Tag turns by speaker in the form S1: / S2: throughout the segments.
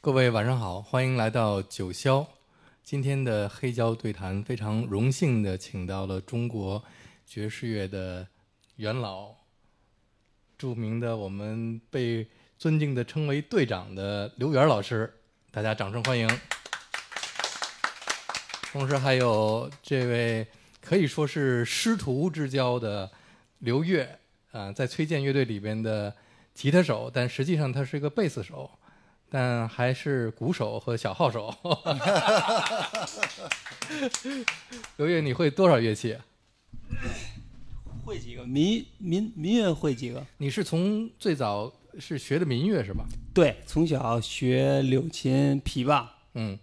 S1: 各位晚上好，欢迎来到九霄。今天的黑胶对谈，非常荣幸的请到了中国爵士乐的元老，著名的我们被尊敬的称为队长的刘源老师，大家掌声欢迎。同时还有这位可以说是师徒之交的刘越啊、在崔健乐队里边的吉他手，但实际上他是一个贝斯手。但还是鼓手和小号手。 刘烨，你会多少乐器？啊
S2: 会几个民民民乐会几个？
S1: 你是从最早是学的民乐是吧？
S2: 对，从小学柳琴、琵琶，
S1: 嗯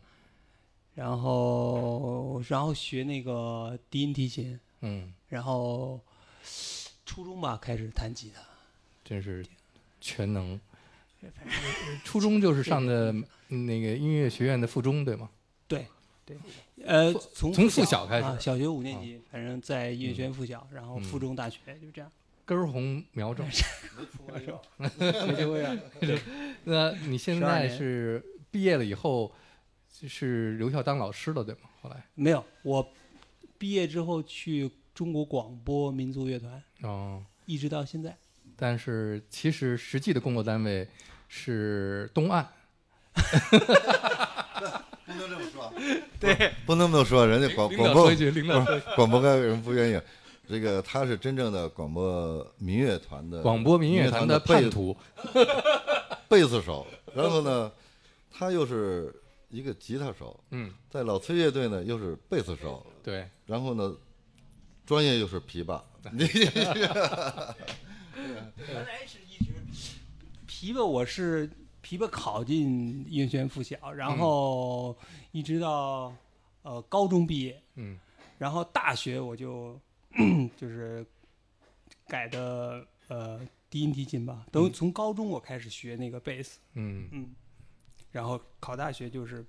S2: 然后然后学那个低音提琴，
S1: 嗯，
S2: 然后初中吧开始弹吉他。
S1: 真是全能。初中就是上的那个音乐学院的附中，对吗？
S2: 对对，呃，从
S1: 从
S2: 附
S1: 附小开始
S2: 啊嗯小学五年级，反正在音乐学院附小，然后附中、大学就这样。
S1: 根儿红苗正。
S2: 嗯 没听过呀？
S1: 那你现
S2: 12
S1: 在
S2: 年
S1: 是毕业了以后，就是留校当老师了，对吗？后来
S2: 没有，我毕业之后去中国广播民族乐团，
S1: 哦，
S2: 一直到现在。
S1: 但是其实实际的工作单位是东岸。
S3: 不能这么 说，
S2: 对，
S3: 不能这么说，人家广
S1: 领
S3: 广
S1: 导
S3: 播
S1: 说一句，领导说一句
S3: 广播该给人不愿意。这个他是真正的广播民乐团
S2: 嗯
S3: 的
S1: 广播民乐团的叛
S3: 贝
S1: 徒，
S3: 贝斯手，然后呢，他又是一个吉他手，
S1: 嗯，
S3: 在老崔乐队呢又是贝斯手，
S1: 对，
S3: 然后呢，专业又是琵琶，你
S2: 原来是一直琵琶，我是琵琶考进音乐学院附小，然后一直到呃高中毕业，
S1: 嗯
S2: 然后大学我就 就是改的呃低音提琴吧，等于从高中我开始学那个贝斯，
S1: 嗯，
S2: 嗯，然后考大学就是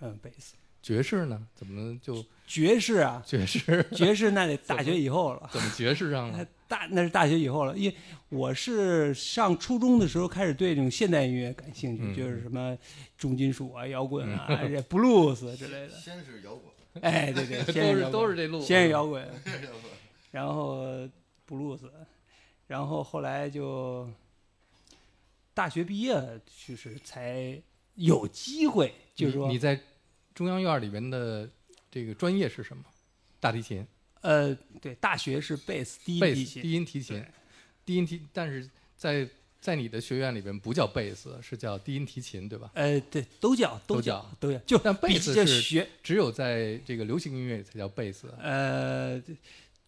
S2: 嗯贝斯，
S1: 爵士呢？怎么就，
S2: 爵士啊
S1: 爵 士？
S2: 爵士那得大学以后了。
S1: 怎么爵士上
S2: 那
S1: 了？
S2: 呃大那是大学以后了，因为我是上初中的时候开始对这种现代音乐感兴趣，
S1: 嗯
S2: 就是什么重金属啊、摇滚啊、这 blues 之类的。
S3: 先是摇滚，
S2: 哎，对对，
S1: 都
S2: 先是
S1: 是
S2: 摇
S1: 都是
S2: 滚，
S1: 这路，嗯
S2: 先是摇滚，
S3: 摇滚，
S2: 然后 blues，然后后来就大学毕业了，就是才有机会，就是说
S1: 你你在中央院里面的这个专业是什么？大提琴、
S2: 呃，对，大学是贝斯低
S1: 贝
S2: 音提
S1: 斯、
S2: 琴，
S1: 低音提琴
S2: 对、
S1: 低音提，但是在在你的学院里边不叫贝斯，是叫低音提琴，对吧？
S2: 呃，对，都叫
S1: 都
S2: 叫
S1: 叫
S2: 都叫，就
S1: 但贝
S2: 比
S1: 斯
S2: 较
S1: 是
S2: 学
S1: 只有在这个流行音乐里才叫贝斯，
S2: 呃。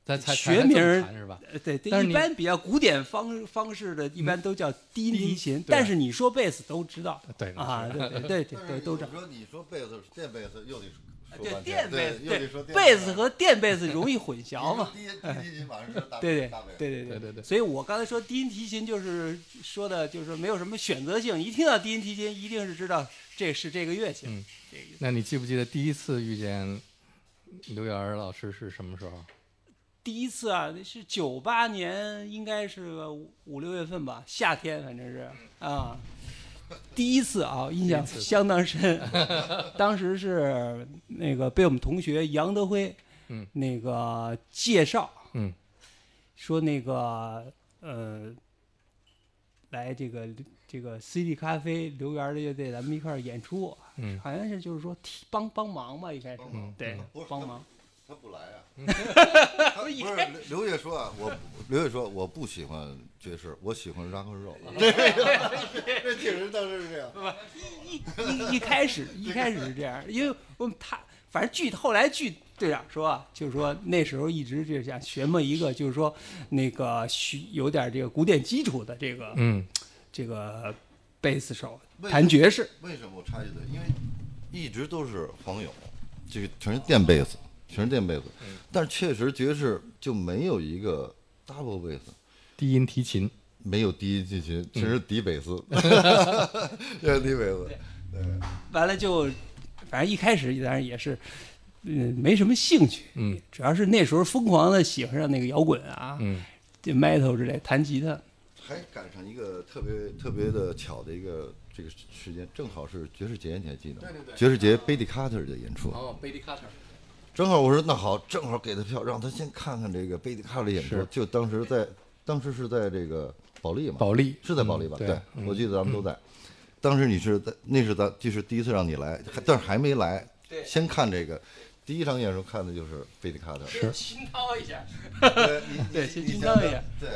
S1: 才才才
S2: 学
S1: 能这么
S2: 名儿
S1: 弹是吧？
S2: 呃，对，
S1: 但是
S2: 对，
S1: 你嗯
S2: 一般比较古典方方式的，一般都叫低音
S1: 低音
S2: 提琴
S1: 对，
S2: 但是你说贝斯都知道
S1: 对
S2: 啊，对对对对对，都知道。
S3: 说你说贝斯电贝斯又得说
S2: 对
S3: 半
S2: 电
S3: 天，
S2: 贝
S3: 对
S2: 斯，
S3: 又得说
S2: 对
S3: 电
S2: 贝斯和电贝斯容易混
S3: 你
S2: 淆
S3: 说
S2: 嘛，
S3: 低低低音马上是大
S2: 对对
S3: 大贝斯，
S2: 对
S1: 对
S2: 对
S1: 对对
S2: 所以我刚才说低音提琴就是说的，就是说没有什么选择性，一听到低音提琴，一定是知道这是这个乐器
S1: 嗯。
S2: 这个
S1: 那你记不记得第一次遇见刘源儿老师是什么时候？
S2: 第一次啊，那是九八年，应该是个五五六月份吧，夏天反正是
S3: 嗯
S2: 啊，第一次啊，印象
S1: 第一次
S2: 相 当深。当时是那个被我们同学杨德辉，
S1: 嗯，
S2: 那个介绍，
S1: 嗯，
S2: 说那个呃，来这个这个 CD 咖啡刘源的乐队，咱们一块儿演出，
S1: 嗯
S2: 好像是就是说提帮帮忙吧，一开始
S3: 帮
S1: 忙
S2: 对
S3: 不是
S2: 帮忙，
S3: 他不来啊！他不是刘刘烨说啊， 我刘烨说我不喜欢爵士，我喜欢 rock and roll。这 个这挺人当时是这样，
S2: 一一一开始一开始是这样，因为我们他反正据后来据队长说啊，就是说那时候一直就是想学么一个，就是说那个学有点这个古典基础的这个
S1: 嗯
S2: 这个贝斯手
S3: 为
S2: 弹爵士，
S3: 为什么我插一嘴？因为一直都是黄勇，这个全是电贝斯，全是电贝斯，但是确实爵士就没有一个 double 贝斯。
S1: 低音提琴。
S3: 没有低音进行，全是低贝斯， 全是低贝斯。
S2: 完了就反正一开始当然也是。嗯，没什么兴趣，
S1: 嗯，
S2: 主要是那时候疯狂的喜欢上那个摇滚啊，
S1: 嗯
S2: 这 metal 之类，弹吉他，
S3: 还赶上一个特别特别的巧的一个这个时间，正好是爵士节，你还记得吗？
S1: 对对对
S3: 爵士节 b a d y Carter 的演出，
S1: 哦，Betty Carter，
S3: 正好我说那好，正好给他票，让他先看看这个贝蒂卡的演出
S1: 是。
S3: 就当时在，当时是在这个保利嘛，
S1: 保利
S3: 是在保利吧？
S1: 嗯对嗯
S3: 我记得咱们都在。当时你是在，那是咱这是第一次让你来，还但是还没来，
S2: 对
S3: 先看这个。第一场演出看的就是贝蒂卡特，
S2: 熏陶一下。
S3: 对你你
S2: 对先
S3: 你
S2: 紧
S3: 想
S2: 张一
S3: 想
S2: 下
S3: 对，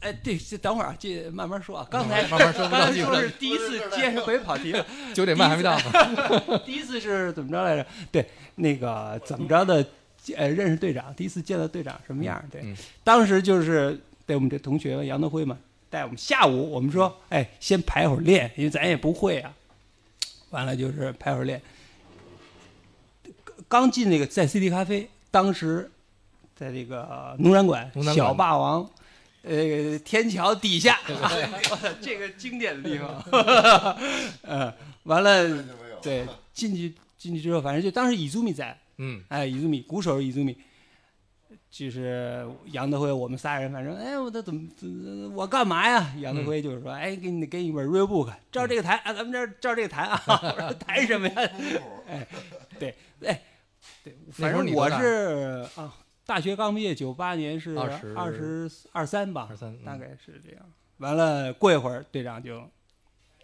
S2: 哎，对，这等会儿啊，这慢慢说啊。刚才
S1: 慢慢说不着
S2: 刚才
S1: 急
S2: 说是第一次接回跑题了，
S1: 九点半还没到，
S2: 第一次是怎么着来着？对，那个怎么着的，呃，认识队长，第一次见到队长什么样儿？对
S1: 嗯，
S2: 当时就是对我们这同学杨德辉嘛，带我们下午，我们说，哎，先排会儿练，因为咱也不会啊。完了就是排会儿练，刚进那个在 CD 咖啡，当时在这个农展馆
S1: 农展馆
S2: 小霸王。呃，天桥底下， 我操这个经典的地方， 呃，完了
S3: 根本就没有
S2: 对，进去进去之后，反正就当时伊祖米在，
S1: 嗯，
S2: 哎，伊祖米鼓手是伊祖米，就是杨德辉，我们仨人，反正哎，我这怎么怎么我干嘛呀？杨德
S1: 嗯
S2: 辉就是说，哎，给你给你本 r e a l book，照这个弹啊，咱们这儿照这个弹啊， 我说弹什么 呀？哎，对，哎，对，
S1: 那
S2: 反
S1: 时候你
S2: 正
S1: 多
S2: 我
S1: 大
S2: 是啊，大学刚毕业，九八年是
S1: 二十
S2: 二十二三吧，
S1: 23嗯
S2: 啊大概是这样。完了，过一会儿队长就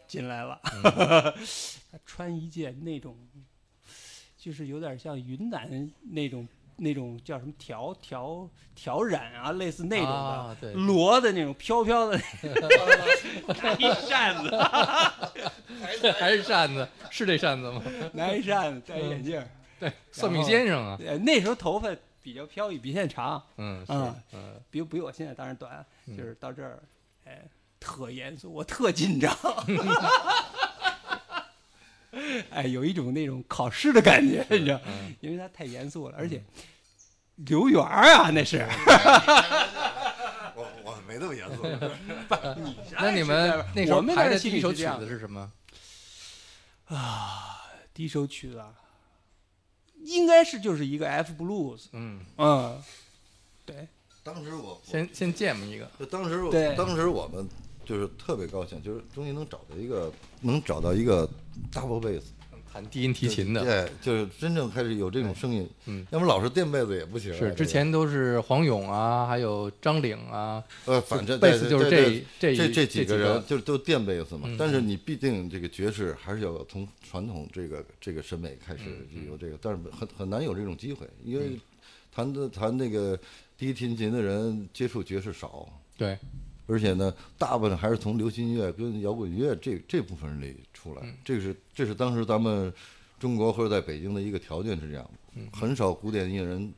S2: 进来了，嗯 他穿一件那种，就是有点像云南那种那种叫什么条条条染啊，类似那种的。嗯
S1: 啊对，
S2: 罗的那种飘飘的， 拿一扇子，
S1: 还是扇子，是这扇子吗？
S2: 拿一扇子，戴眼镜儿。
S1: 对，算命先生啊，
S2: 呃，那时候头发比较飘逸，比现在长，
S1: 嗯，是，
S2: 啊
S1: 嗯，
S2: 比比我现在当然短，啊就是到这儿，哎，特严肃，我特 紧张，哎，有一种那种考试的感觉，你知道，
S1: 嗯
S2: 因为他太严肃了，而且刘源儿啊，那是，
S3: 我我没那么严肃。
S1: 嗯那
S2: 哎
S1: 你们那时
S2: 我
S1: 候
S2: 们
S1: 排
S2: 那
S1: 的
S2: 儿
S1: 第
S2: 心
S1: 一
S2: 里
S1: 首
S2: 是
S1: 曲
S2: 这样
S1: 子是什么？
S2: 第一首曲子啊，应该是就是一个 F blues，
S1: 嗯，
S2: 嗯，对，
S3: 当时我我
S1: 先先 jam 一个，
S3: 就当时我
S2: 对
S3: 当时我们就是特别高兴，就是终于能找到一个能找到一个 double bass
S1: 弹低音提琴的，
S3: 对，就是真正开始有这种声音，
S1: 嗯
S3: 要么老是垫被子也不行啊。
S1: 是
S3: 这
S1: 之
S3: 个
S1: 前都是黄勇啊，还有张岭啊，
S3: 呃，反正
S1: 贝
S3: 对
S1: 斯
S3: 对
S1: 就是
S3: 对
S1: 这
S3: 这
S1: 这
S3: 这
S1: 一这
S3: 几个
S1: 几个
S3: 人就是都垫被子嘛
S1: 嗯。
S3: 但是你毕竟这个爵士还是要从传统这个这个审美开始
S1: 嗯
S3: 有这个，但是很很难有这种机会，因为弹的弹那个低提琴的人接触爵士少。
S1: 对，
S3: 而且呢，大部分还是从流行音乐跟摇滚乐这这部分里出来，
S1: 嗯
S3: 这个是这是当时咱们中国或者在北京的一个条件是这样，
S1: 嗯
S3: 很少古典音乐人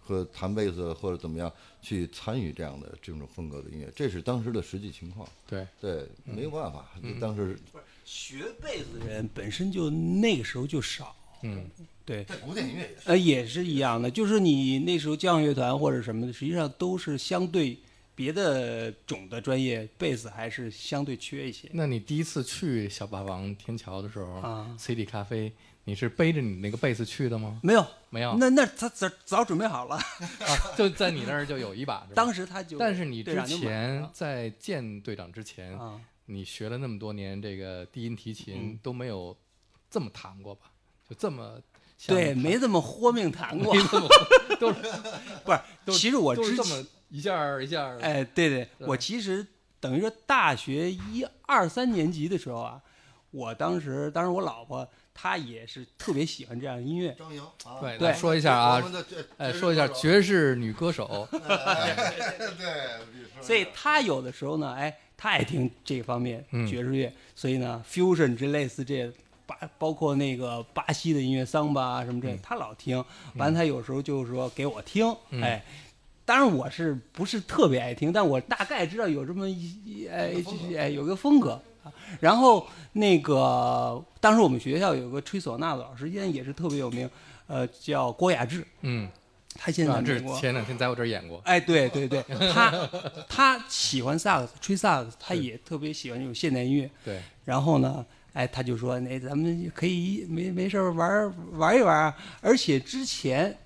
S3: 和弹贝斯或者怎么样去参与这样的这种风格的音乐，这是当时的实际情况。
S1: 对，
S3: 对，没有办法，就
S1: 嗯
S3: 当时
S2: 学贝斯的人本身就那个时候就少，
S1: 嗯，
S2: 对，
S3: 在古典音乐也是，
S2: 呃，也是一样的，就是你那时候交响乐团或者什么的，实际上都是相对别的种的专业，贝斯还是相对缺一些。
S1: 那你第一次去小霸王天桥的时候、
S2: 啊
S1: c d 咖啡，你是背着你那个贝斯去的 吗？
S2: 没有，
S1: 没有，
S2: 那那他早早准备好了，
S1: 啊就在你那儿就有一把。是吧
S2: 当时他就。
S1: 但是你
S2: 队
S1: 之
S2: 长就买
S1: 前
S2: 了
S1: 在见队长之前，
S2: 啊，
S1: 你学了那么多年这个低音提琴，
S2: 嗯
S1: 都没有这么弹过吧？就这么像
S2: 对，
S1: 弹
S2: 没这么豁命弹过，
S1: 没这么都是
S2: 不是。
S1: 都
S2: 其实我
S1: 都
S2: 之
S1: 是这
S2: 前
S1: 么一下儿一下儿。
S2: 哎，对对，
S1: 对
S2: 我其实等于说大学一二三年级的时候啊，我当时当时我老婆她也是特别喜欢这样的音乐，
S3: 张扬啊，
S1: 对，
S2: 对
S1: 那说一下啊
S3: 我，们的爵
S1: 哎，说一下爵
S3: 爵士
S1: 士女歌 手，
S3: 歌手对，比如说
S2: 所以他有的时候呢，哎，他爱听这方面
S1: 嗯
S2: 爵士乐，所以呢，fusion 之类似这些，巴包括那个巴西的音乐桑巴啊什么这，他老听。完，他有时候就是说给我听，
S1: 嗯
S2: 哎，当然我是不是特别爱听，但我大概知道有这么一哎这哎有个风格。啊然后那个当时我们学校有个吹唢呐的老师，现在也是特别有名，呃，叫郭雅志，
S1: 嗯，
S2: 他现在
S1: 啊
S2: 在
S1: 这
S2: 美国。
S1: 前两天在我这儿演过，
S2: 哎，对 对对，他他喜欢萨克斯，吹萨克斯，他也特别喜欢这种现代音乐。
S1: 对，
S2: 然后呢，哎，他就说，那、咱们可以没没事儿玩儿玩一玩儿啊。而且之前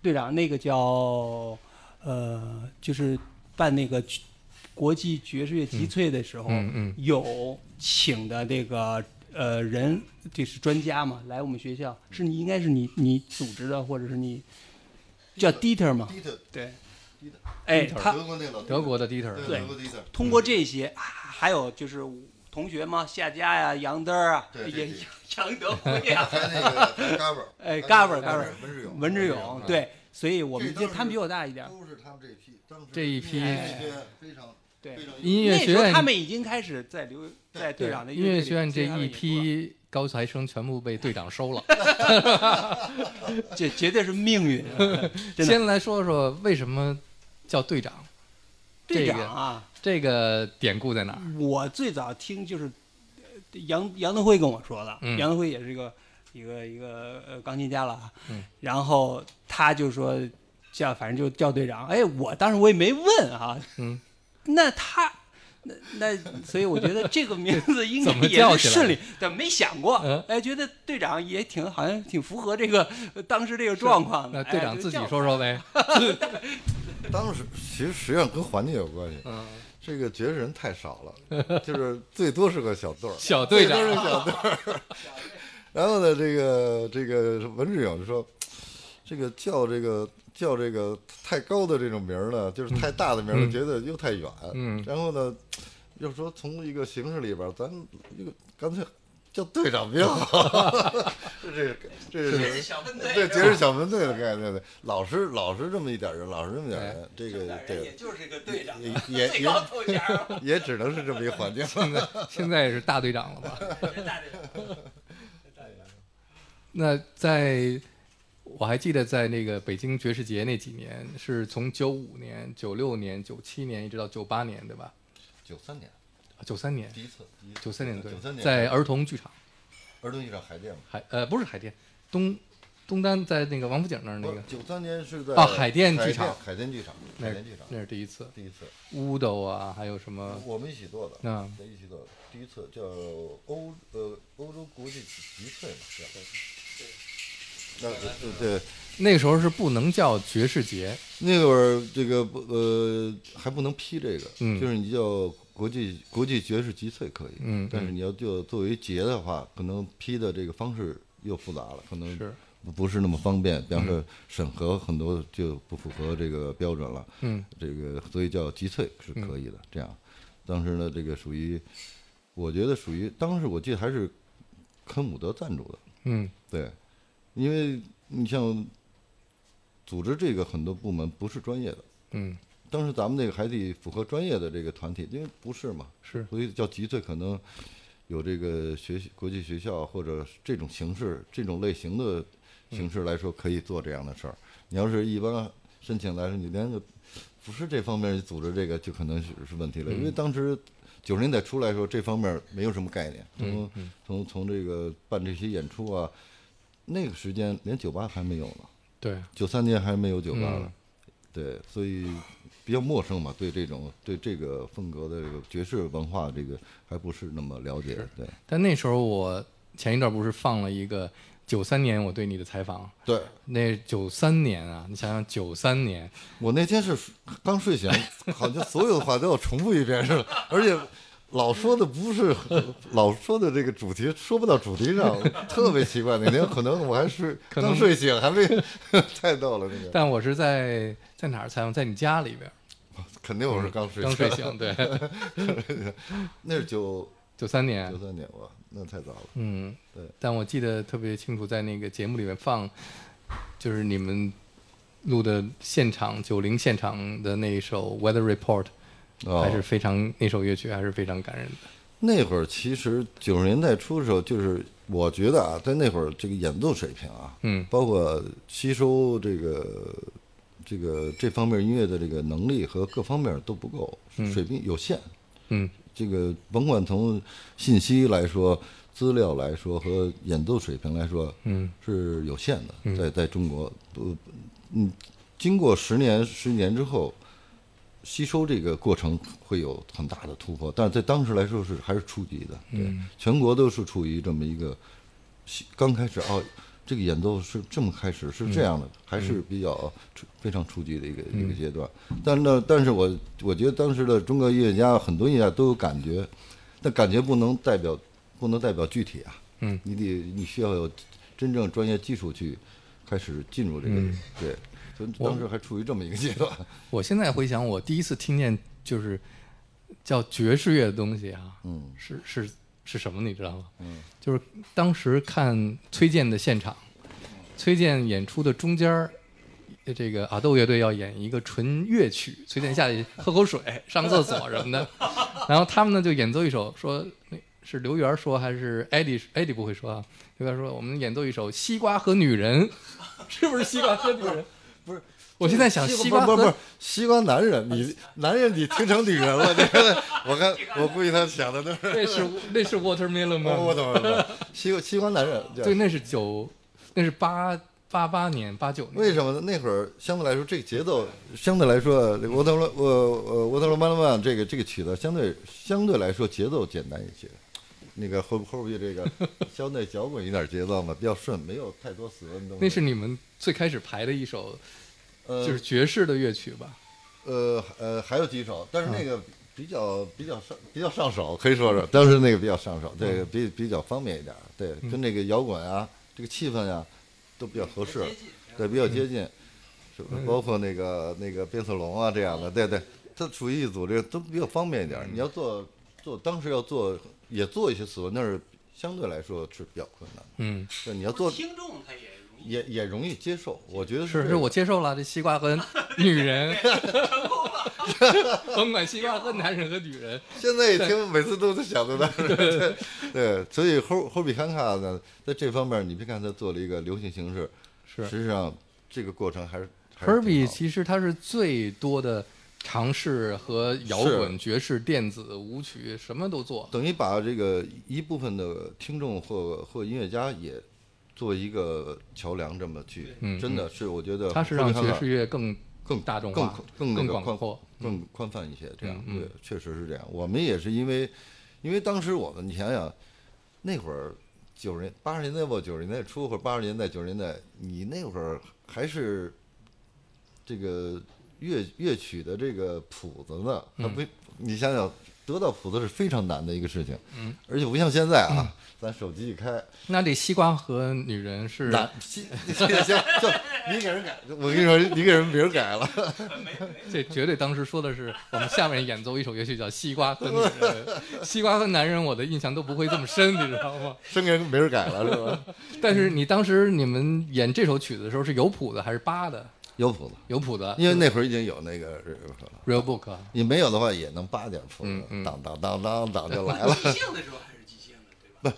S2: 队长那个叫呃，就是办那个国际爵士乐集萃的时候，
S1: 嗯嗯
S2: 有请的这个呃人，这是专家嘛，来我们学校，是你应该是你你组织的，或者是你叫 Dieter 嘛？
S3: 低的
S2: 对
S3: 低的，
S2: 哎，他
S3: 德国那老
S1: 德国的 Dieter，
S3: 对
S2: 对
S3: 德国低的，
S2: 通过这些，啊还有就是同学嘛，夏家呀、杨登啊，也
S3: 对对对
S2: 杨 德辉 呀，
S3: 还那个还嘎巴，
S2: 哎嘎
S3: 嘎
S2: 巴儿嘎巴儿
S3: 文志勇，
S2: 文志
S3: 啊
S2: 勇，，对，所以我们
S3: 这都
S2: 这
S3: 是
S2: 他们比我大一点儿，
S3: 都是他们这一批，当时
S1: 这一批
S3: 音乐学非常
S2: 对
S3: 非。常
S1: 音乐学
S2: 那时
S1: 院
S2: 候他们已经开始在留在队长的
S1: 音乐学院
S2: 队
S1: 这一
S2: 里接他们演啊
S1: 批高材生全部被队长收了。
S2: 出来，这绝对是命 运啊。 真的
S1: 先来说说为什么叫队长，
S2: 队
S1: 这
S2: 长
S1: 个
S2: 啊，
S1: 这个典故在哪儿？
S2: 我最早听就是呃杨杨德辉跟我说的，
S1: 嗯
S2: 杨德辉也是一个一个一个呃钢琴家了啊，
S1: 嗯
S2: 然后他就说叫反正就叫队长，哎，我当时我也没问啊，
S1: 嗯，
S2: 那他。那那，所以我觉得这个名字应该
S1: 怎么
S2: 也
S1: 叫起
S2: 是
S1: 来
S2: 顺利，但没想过
S1: 嗯，
S2: 哎，觉得队长也挺好像挺符合这个呃当时这个状况的。
S1: 那
S2: 哎
S1: 队长
S2: 就
S1: 自己
S2: 叫
S1: 说说呗。
S3: 当时其实实际上跟环境有关系，
S1: 嗯，
S3: 这个爵士人太少了，就是最多是个小 队儿，
S1: 小队
S3: 最多是
S1: 长，
S3: 小队儿。 然后呢，这个这个文志勇就说，这个叫这个叫这个太高的这种名儿呢，就是太大的名儿呢，
S1: 嗯
S3: 觉得又太远。
S1: 嗯
S3: 然后呢，又说从一个形式里边儿，咱一个干脆叫队长比较 好。这这这是
S2: 小分队
S3: 对
S2: 是
S3: 爵
S2: 吧
S3: 士小分队的概念，对，老是老是这么一点儿人，老是这么点儿
S1: 哎
S3: 人，这个
S2: 当然
S3: 这
S2: 也就是个队长，
S3: 个也也
S2: 最
S3: 也
S2: 高头衔儿。
S3: 也只能是这么一环境。
S1: 现在现在也是大队长了吧？
S2: 大队长
S1: 那在我还记得，在那个北京爵士节那几年，是从九五年、九六年、九七年一直到九八年，对吧？啊
S3: 九三年
S1: 九三年，
S3: 第一次，第一次
S1: 九三年对
S3: 九三，年
S1: 在儿童剧场，
S3: 儿童剧场海淀嘛，
S1: 海呃不是海淀，东东单在那个王府井那儿那
S3: 不是
S1: 个，
S3: 九三年是在
S1: 哦海淀剧场
S3: 海淀剧场，
S1: 那
S3: 海淀
S1: 是
S3: 剧场
S1: 那是第一次，
S3: 第一次，
S1: 乌斗啊，还有什么
S3: 我们一起做的，
S1: 那
S3: 在一起做的，第一次叫欧呃欧洲国际集萃嘛，是吧？那对对，
S1: 那个时候是不能叫爵士节，
S3: 那会儿这个不呃还不能批这个，
S1: 嗯
S3: 就是你叫国际国际爵士集萃可以，
S1: 嗯
S3: 但是你要就作为节的话，可能批的这个方式又复杂了，可能
S1: 是嗯
S3: 不是那么方便，比方说审核很多就不符合这个标准了，
S1: 嗯，
S3: 这个所以叫集萃是可以的。这样，当时呢，这个属于，我觉得属于当时我记得还是肯伍德赞助的，
S1: 嗯
S3: 对，因为你像组织这个很多部门不是专业的，
S1: 嗯
S3: 当时咱们那个还得符合专业的这个团体，因为不是嘛，
S1: 是
S3: 所以叫集萃可能有这个学习国际学校或者这种形式、这种类型的形式来说，可以做这样的事儿。你要是一般申请来说，你连个不是这方面组织这个，就可能是是问题了。因为当时九十年代初来说，这方面没有什么概念，从从从这个办这些演出啊，那个时间连酒吧还没有呢，
S1: 对，
S3: 九三年还没有酒吧
S1: 嗯
S3: 了。对，所以比较陌生嘛，对这种对这个风格的这个爵士文化，这个还不是那么了解。对
S1: 但那时候我前一段不是放了一个九三年我对你的采访，
S3: 对，
S1: 那九三年啊，你想想九三年，
S3: 我那天是刚睡醒， 好像所有的话都要重复一遍似的，而且老说的不是老说的这个主题，说不到主题上，特别奇怪。那天可能我还是
S1: 可能
S3: 刚睡醒，还没 太逗了，那个
S1: 但我是在在哪儿采访？在你家里边儿，
S3: 肯定我是刚睡
S1: 刚睡醒，对，
S3: 那是九
S1: 九三年
S3: 九，三年吧，那太早了。
S1: 嗯，
S3: 对。
S1: 但我记得特别清楚，在那个节目里面放，就是你们录的现场九零现场的那一首《Weather Report》，
S3: 哦
S1: 还是非常那首乐曲还是非常感人的。
S3: 那会儿其实九十年代初的时候，就是我觉得啊，在那会儿这个演奏水平啊，
S1: 嗯
S3: 包括吸收这个这个这方面音乐的这个能力和各方面都不够，水平有限。
S1: 嗯
S3: 这个甭管从信息来说、资料来说和演奏水平来说，
S1: 嗯，
S3: 是有限的，在在中国不，嗯，经过十年、十几年之后，吸收这个过程会有很大的突破，但是在当时来说
S1: 嗯
S3: 是还是初级的，对，全国都是处于这么一个西刚开始哦，这这个演奏是这么开始，是这样的，
S1: 嗯
S3: 还是比较初非常初级的一个一个阶段。但呢，但是我我觉得当时的中国音乐家很多音乐家都有感觉，但感觉不能代表不能代表具体啊。
S1: 嗯，
S3: 你得你需要有真正专业技术去开始进入这个、
S1: 嗯
S3: 对。所以当时还处于这么一个阶段，
S1: 我现在回想，我第一次听见就是叫爵士乐的东西啊，
S3: 嗯，
S1: 是是是什么，你知道吗？
S3: 嗯，
S1: 就是当时看崔健的现场，崔健演出的中间儿，呃这个阿豆乐队要演一个纯乐曲，崔健下去喝口水、上厕所什 么的，然后他们呢就演奏一首，说那是刘源说还是艾迪艾迪不会说啊？刘源说我们演奏一首《西瓜和女人》， 是不是《西瓜和女人》？
S3: 不是，
S1: 我现在想西瓜
S3: 不
S1: 和啊
S3: 不不，西瓜男人，你男人你听成女人 了，这个我看我估计他想的都是，
S1: 那 是那是 watermelon 吗？
S3: 我懂了懂了，西瓜西瓜男人，
S1: 嗯对，那是九，那是八八八年、八九年。
S3: 为什么呢？那会儿相对来说，这个节奏相对来说，这个沃特罗呃呃沃特罗曼德曼这个这个曲子相对相对来说节奏简单一些，那个后后边这个相对摇滚一点节奏嘛，比较顺，没有太多死文东西。
S1: 那是你们最开始排的一首
S3: 呃
S1: 就是爵士的乐曲吧？
S3: 呃呃还有几首，但是
S1: 嗯
S3: 那个比较比较上比较上手，可以说是当时那个比较上
S1: 嗯
S3: 手，这个比比较方便一点，对，跟这个摇滚啊这个气氛呀、都比较合适，对，比较接近，是吧？
S1: 嗯
S3: 包括那个那个变色龙啊这样的，对对，它属于一组这个都比较方便一点。
S1: 嗯
S3: 你要做做当时要做也做一些词，但是相对来说是比较困难的。
S1: 嗯，
S3: 对，你要做
S2: 听众他也容易
S3: 也也容易接受，我觉得
S1: 是，
S3: 这
S1: 是
S3: 个
S1: 我接受了这西瓜和女 人， 甭管西瓜和男人和女人，
S3: 现在一听，每次都是 想着他，对对，所以后后比康卡呢，在这方面，你别看他做了一个流行形式，
S1: 是
S3: 实际上这个过程还是还是
S1: Herbie
S3: 挺好的
S1: 其实他是最多的尝试和摇滚、爵士、电子、舞曲什么都做。
S3: 等于把这个一部分的听众或或音乐家也做一个桥梁，这么去，
S1: 嗯
S3: 真的是我觉得
S1: 他是
S3: 霍
S1: 让
S3: 比康
S1: 爵
S3: 卡
S1: 士乐更
S3: 更
S1: 大众
S3: 更
S1: 化、
S3: 更那
S1: 更
S3: 个
S1: 广
S3: 宽
S1: 阔。
S3: 更宽泛一些，这样
S1: 嗯嗯嗯
S3: 对，确实是这样。我们也是因为，因为当时我们你想想，那会儿九十八十年代末九十年代初或者八十年代九十年代，你那会儿还是这个乐乐曲的这个谱子呢，它
S1: 嗯
S3: 不，你想想。得到谱子是非常难的一个事情，嗯，而且不像现在
S1: 嗯
S3: 啊，咱手机一开，
S1: 那这西瓜和女人是
S3: 难， 行行行，你给人改，我跟你说，你给人名儿改了，
S1: 这绝对当时说的是我们下面演奏一首乐曲叫《西瓜和女人》， 西瓜和男人我的印象都不会这么深，你知道吗？
S3: 生给人名儿改了是吧？
S1: 但是你当时你们演这首曲子的时候是有谱的还是扒的？
S3: 有谱子，
S1: 有谱的，
S3: 因为那会儿已经有那个 riff 了，
S1: Real Book 啊
S3: 你没有的话也能扒点谱
S1: 嗯嗯，
S3: 当当当当当就来了。
S2: 即兴的时候还是即兴的，对吧？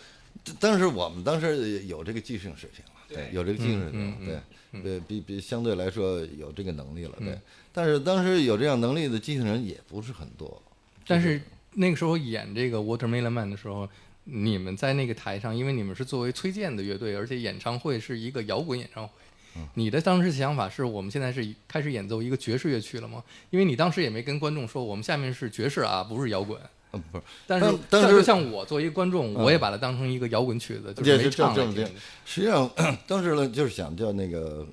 S3: 但是我们当时有这个技术水平了，对，
S2: 对
S3: 有这个技术水平
S1: 嗯嗯
S3: 了，对，对比比相对来说有这个能力了，对。但是当时有这样能力的机器人也不是很多，
S1: 但是那个时候演这个 Watermelon Man 的时候，你们在那个台上，因为你们是作为崔健的乐队，而且演唱会是一个摇滚演唱会。
S3: 嗯
S1: 你的当时想法是我们现在是开始演奏一个爵士乐曲了吗？因为你当时也没跟观众说我们下面是爵士啊，不是摇滚。
S3: 嗯，不是。
S1: 但是
S3: 但但
S1: 就是像我作为一个观众，我也把它当成一个摇滚曲子，就
S3: 也
S1: 没
S3: 是这
S1: 唱
S3: 么
S1: 来
S3: 这么
S1: 听
S3: 这。实际上 当时呢，就是想叫那个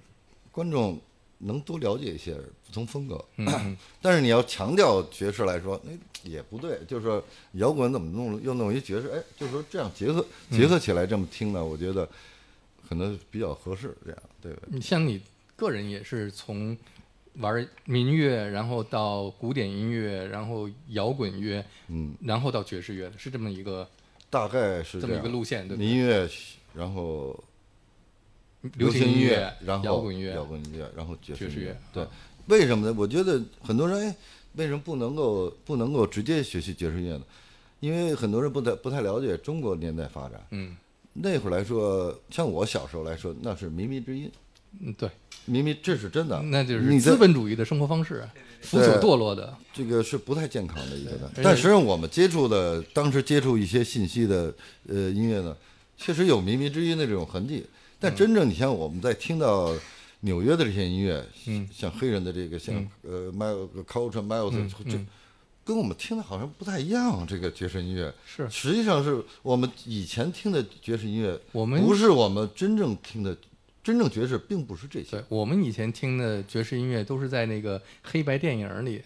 S3: 观众能多了解一些不同风格，
S1: 嗯
S3: 但是你要强调爵士来说，那、也不对，就是说摇滚怎么弄又弄一爵士，哎，就是说这样结合
S1: 嗯
S3: 结合起来这么听呢，我觉得可能比较合适，这样对吧？
S1: 你像你个人也是从玩民乐，然后到古典音乐，然后摇滚乐，
S3: 嗯，
S1: 然后到爵士乐，是这么一个
S3: 大概是
S1: 这
S3: 样
S1: 么一个路线，对不
S3: 民乐，然后
S1: 对？
S3: 流
S1: 行
S3: 行
S1: 音
S3: 乐，然后
S1: 摇滚乐，
S3: 摇滚乐，然后爵
S1: 爵士乐
S3: 乐。对
S1: 啊，
S3: 为什么呢？我觉得很多人哎，为什么不能够不能够直接学习爵士乐呢？因为很多人不太不太了解中国年代发展。
S1: 嗯
S3: 那会儿来说，像我小时候来说，那是靡靡之音，
S1: 嗯，对，
S3: 靡靡这是真的。
S1: 那就
S3: 啊你
S1: 是
S3: 在
S1: 资本主义的生活方式，腐朽堕落的，
S3: 这个是不太健康的一个的
S1: 对。而
S3: 但
S1: 且
S3: 实际上，我们接触的当时接触一些信息的呃音乐呢，确实有靡靡之音的这种痕迹。
S1: 嗯
S3: 但真正你像我们在听到纽约的这些音乐，
S1: 嗯
S3: 像黑人的这个像、呃 Miles Coltrane Miles，、这
S1: 嗯
S3: 跟我们听的好像不太一样。这个爵士音乐
S1: 是
S3: 实际上是我们以前听的爵士音乐，
S1: 我们
S3: 不是我们真正听的真正爵士并不是这些
S1: 对，我们以前听的爵士音乐都是在那个黑白电影里，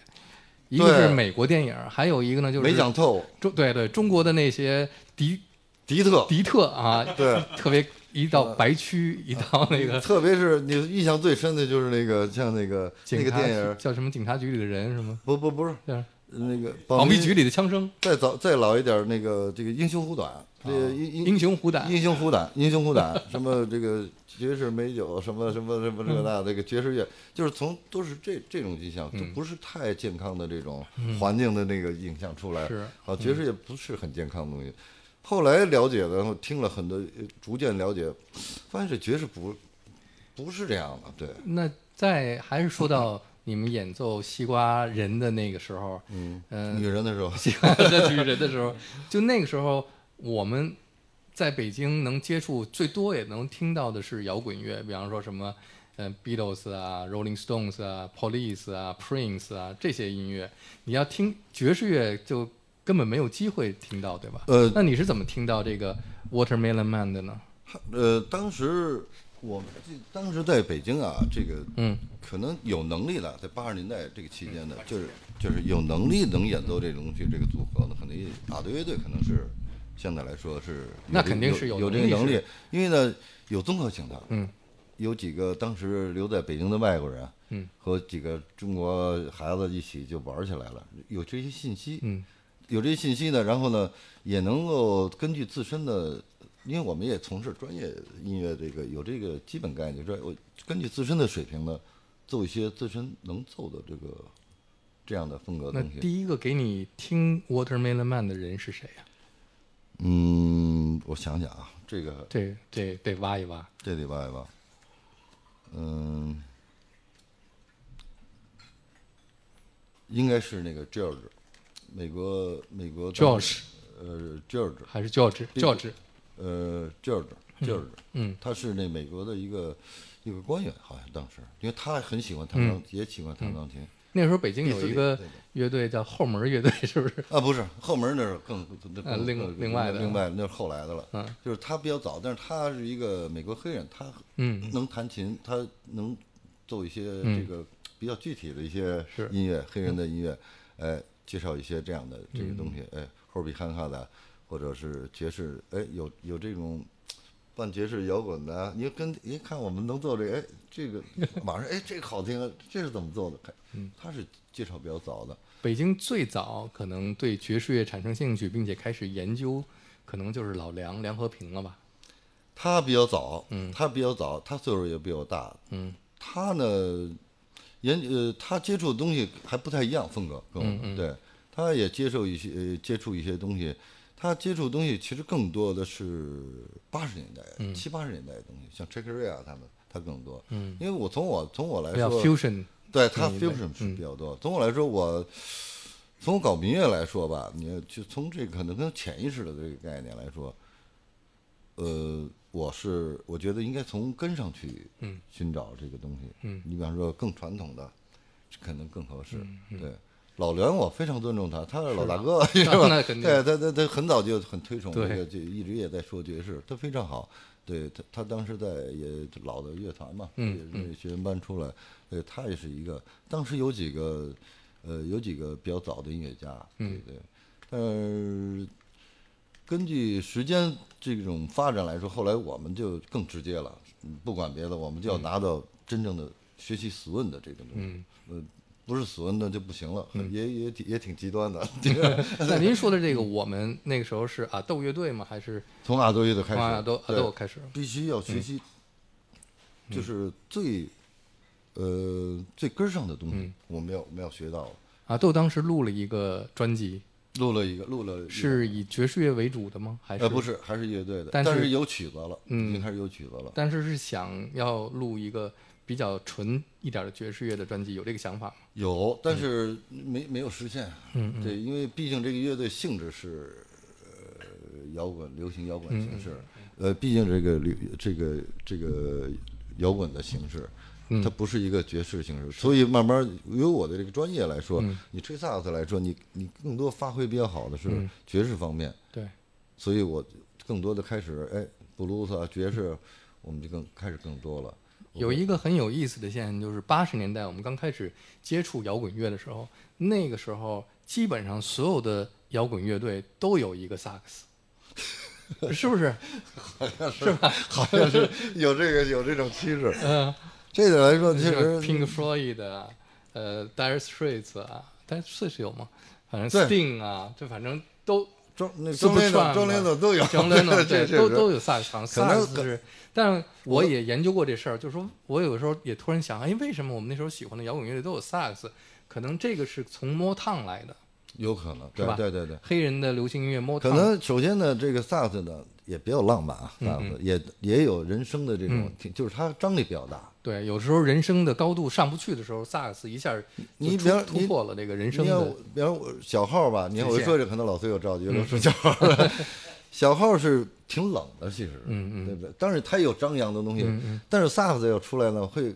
S1: 一个是美国电影，还有一个呢就是
S3: 没讲透。
S1: 中对对中国的那些迪
S3: 迪特，
S1: 迪特啊，
S3: 对，
S1: 特别一到白区，一到那个
S3: 特别是你印象最深的就是那个像那个那
S1: 警
S3: 个
S1: 察
S3: 电影，
S1: 叫什么警察局里的人是吗？
S3: 不不不是
S1: 对，
S3: 那个
S1: 保密局里的枪声，
S3: 再早再老一点，那个这个英雄虎胆，这个英
S1: 哦英雄虎胆，
S3: 英雄虎胆，英雄虎胆，什么这个爵士美酒，什么什么什么
S1: 嗯
S3: 这个那这个爵士乐，就是从都是这这种迹象，就
S1: 嗯
S3: 不是太健康的这种环境的那个影像出来。
S1: 是嗯
S3: 啊，爵士也不是很健康的东西。后来了解的，然后听了很多，呃逐渐了解，发现这爵士不不是这样的，对。
S1: 那再还是说到你们演奏西瓜人的那个时候，嗯
S3: 女人的时候，
S1: 西瓜的女人的时候，就那个时候我们在北京能接触最多也能听到的是摇滚乐，比方说什么。嗯，Beatles 啊，Rolling Stones 啊，Police 啊，Prince 啊，这些音乐，你要听爵士乐就根本没有机会听到，对吧？
S3: 呃
S1: 那你是怎么听到这个 Watermelon Man 的呢？
S3: 呃，当时我们这当时在北京啊，这个
S1: 嗯，
S3: 可能有能力的，在八十年代这个期间的，就是就是有能力能演奏这种东西，这个组合呢，肯定打队乐队可能是相对来说是有
S1: 那
S3: 这
S1: 肯定是
S3: 有
S1: 有
S3: 这个
S1: 能
S3: 能
S1: 力
S3: 力，因为呢有综合性的，
S1: 嗯，
S3: 有几个当时留在北京的外国人，
S1: 嗯，
S3: 和几个中国孩子一起就玩起来了，有这些信息，
S1: 嗯，
S3: 有这些信息呢，然后呢也能够根据自身的。因为我们也从事专业音乐，这个有这个基本概念，就是我根据自身的水平呢，奏一些自身能奏的这个这样的风格的
S1: 那
S3: 东西。
S1: 第一个给你听 Watermelon Man 的人是谁啊呀、
S3: 嗯，我想想啊，这个
S1: 这这得挖一挖。
S3: 这礼拜吧，嗯，应该是那个 George，美国美国
S1: George
S3: 呃 George
S1: 还是 George George，
S3: 呃 George George，
S1: 嗯，
S3: 他是那美国的一个一个官员，好像当时，因为他很喜欢
S1: 嗯
S3: 弹钢，也喜欢弹钢琴。
S1: 那时候北京有一个
S3: 对对对
S1: 乐队叫后门乐队，是不是？
S3: 啊，不是后门那是更那
S1: 啊
S3: 更
S1: 另
S3: 更
S1: 另外的
S3: 另外那是后来的了。
S1: 嗯，
S3: 就是他比较早，但是他是一个美国黑人，他
S1: 嗯
S3: 能弹琴，他能奏一些
S1: 嗯
S3: 这个比较具体的一些
S1: 是
S3: 音乐，黑人的音乐，哎，介绍一些这样的这个东西，
S1: 嗯
S3: 哎，后比汉哈的，或者是爵士，哎，有有这种。半爵士摇滚的，你跟一看我们能做这个，哎，这个马上哎，这个好听啊，这是怎么做的？嗯，他是介绍比较早的，
S1: 北京最早可能对爵士乐产生兴趣，并且开始研究，可能就是老梁梁和平了吧？
S3: 他比较早，他比较早，他岁数也比我大，
S1: 嗯，
S3: 他呢，研呃，他接触的东西还不太一样，风格跟我们，对，他也接受一些、呃、接触一些东西，他接触的东西其实更多的是八十年代、七八十年代的东西，像 c h e c k e r i a 他们，他更多，嗯，因为我从我从我来
S1: 叫
S3: 呃说，
S1: Fusion，
S3: 对他
S1: 那一类
S3: fusion 是比较多。从我来说，我从我搞民乐来说吧，你就从这个可能跟潜意识的这个概念来说，呃，我是我觉得应该从根上去寻找这个东西。嗯，你比方说更传统的，可能更合适。对，老梁我非常尊重他，他嗯是啊老大哥，是吧？
S1: 那肯定
S3: 对，他他他很早就很推崇这
S1: 对
S3: 个，就一直也在说爵士，他非常好。对他，他当时在也老的乐团嘛，
S1: 嗯
S3: 也是学员班出来，对他也是一个。当时有几个，呃，有几个比较早的音乐家，对
S1: 嗯
S3: 对。但是根据时间这种发展来说，后来我们就更直接了，嗯不管别的，我们就要拿到真正的学习死问的这个东西。
S1: 嗯
S3: 呃，不是死问的就不行了，也也挺也挺极端的。 这个
S1: 那您说的这个，我们那个时候是啊斗乐队吗？还是
S3: 从阿多乐队开始，
S1: 啊斗啊
S3: 对
S1: 斗开始？
S3: 必须要学习，
S1: 嗯
S3: 就是最呃最根儿上的东
S1: 嗯
S3: 西，我们要我们要学到。
S1: 啊斗当时录了一个专辑，
S3: 录了一个，录了一个
S1: 是以爵士乐为主的吗？还是
S3: 呃不是，还是乐队的，
S1: 但
S3: 但
S1: 是
S3: 有曲子了，
S1: 嗯
S3: 已经开始有曲子了。
S1: 但是是想要录一个比较纯一点的爵士乐的专辑，有这个想法吗？
S3: 有，但
S1: 嗯
S3: 是没没有实现。嗯，对，因为毕竟这个乐队性质是呃摇滚、流行摇滚
S1: 嗯
S3: 形式，呃，毕竟这个流这个这个摇滚的形式。
S1: 嗯
S3: 它不是一个爵士形式，所以慢慢由我的这个专业来说，
S1: 嗯
S3: 你吹萨克斯来说，你你更多发挥比较好的是
S1: 嗯
S3: 爵士方面，
S1: 对，
S3: 所以我更多的开始哎，布鲁斯啊、爵士，我们就更开始更 多了。
S1: 有一个很有意思的现象，就是八十年代我们刚开始接触摇滚乐的时候，那个时候基本上所有的摇滚乐队都有一个萨克斯， 是 不是？
S3: 好像是有这个有这种趋势。
S1: 嗯、
S3: 这点来 说，
S1: 就
S3: 其
S1: 是
S3: 实
S1: Pink Floyd 啊，呃，Dire Straits 啊，Dire Straits 有吗？反
S3: 对
S1: 正 Sting 啊，这反正都
S3: 庄那
S1: 四
S3: 庄
S1: 不
S3: 连
S1: 串
S3: 总庄
S1: 嘛
S3: 连总都有，
S1: 张伦
S3: 这
S1: 对，
S3: 这
S1: 都
S3: 是
S1: 都有萨克斯场，
S3: 可
S1: 萨
S3: 能
S1: 克斯是。但我也研究过这事儿，就是说我有时候也突然想，哎，为什么我们那时候喜欢的摇滚乐队都有萨克斯？可能这个是从 Motown 来的，
S3: 有可能，
S1: 是
S3: 对
S1: 吧
S3: 对对对。
S1: 黑人的流行音乐 Motown。
S3: 可能首先呢，这个萨克斯呢也比较浪漫啊，
S1: 嗯
S3: 萨克斯也也有人生的这种，就是它张力比较大。
S1: 对，有时候人生的高度上不去的时候，萨克斯一下
S3: 你
S1: 就
S3: 比方
S1: 突突
S3: 你
S1: 破了这个人
S3: 你
S1: 生
S3: 看我
S1: 的，，
S3: 比方我小号吧，你看
S1: 极
S3: 我一
S1: 限嗯
S3: 说这，可能老崔有照觉了，说小号了，小号是挺冷的，其实，
S1: 嗯嗯
S3: 对不对？但是它有张扬的东西
S1: 嗯嗯，
S3: 但是萨克斯要出来呢，会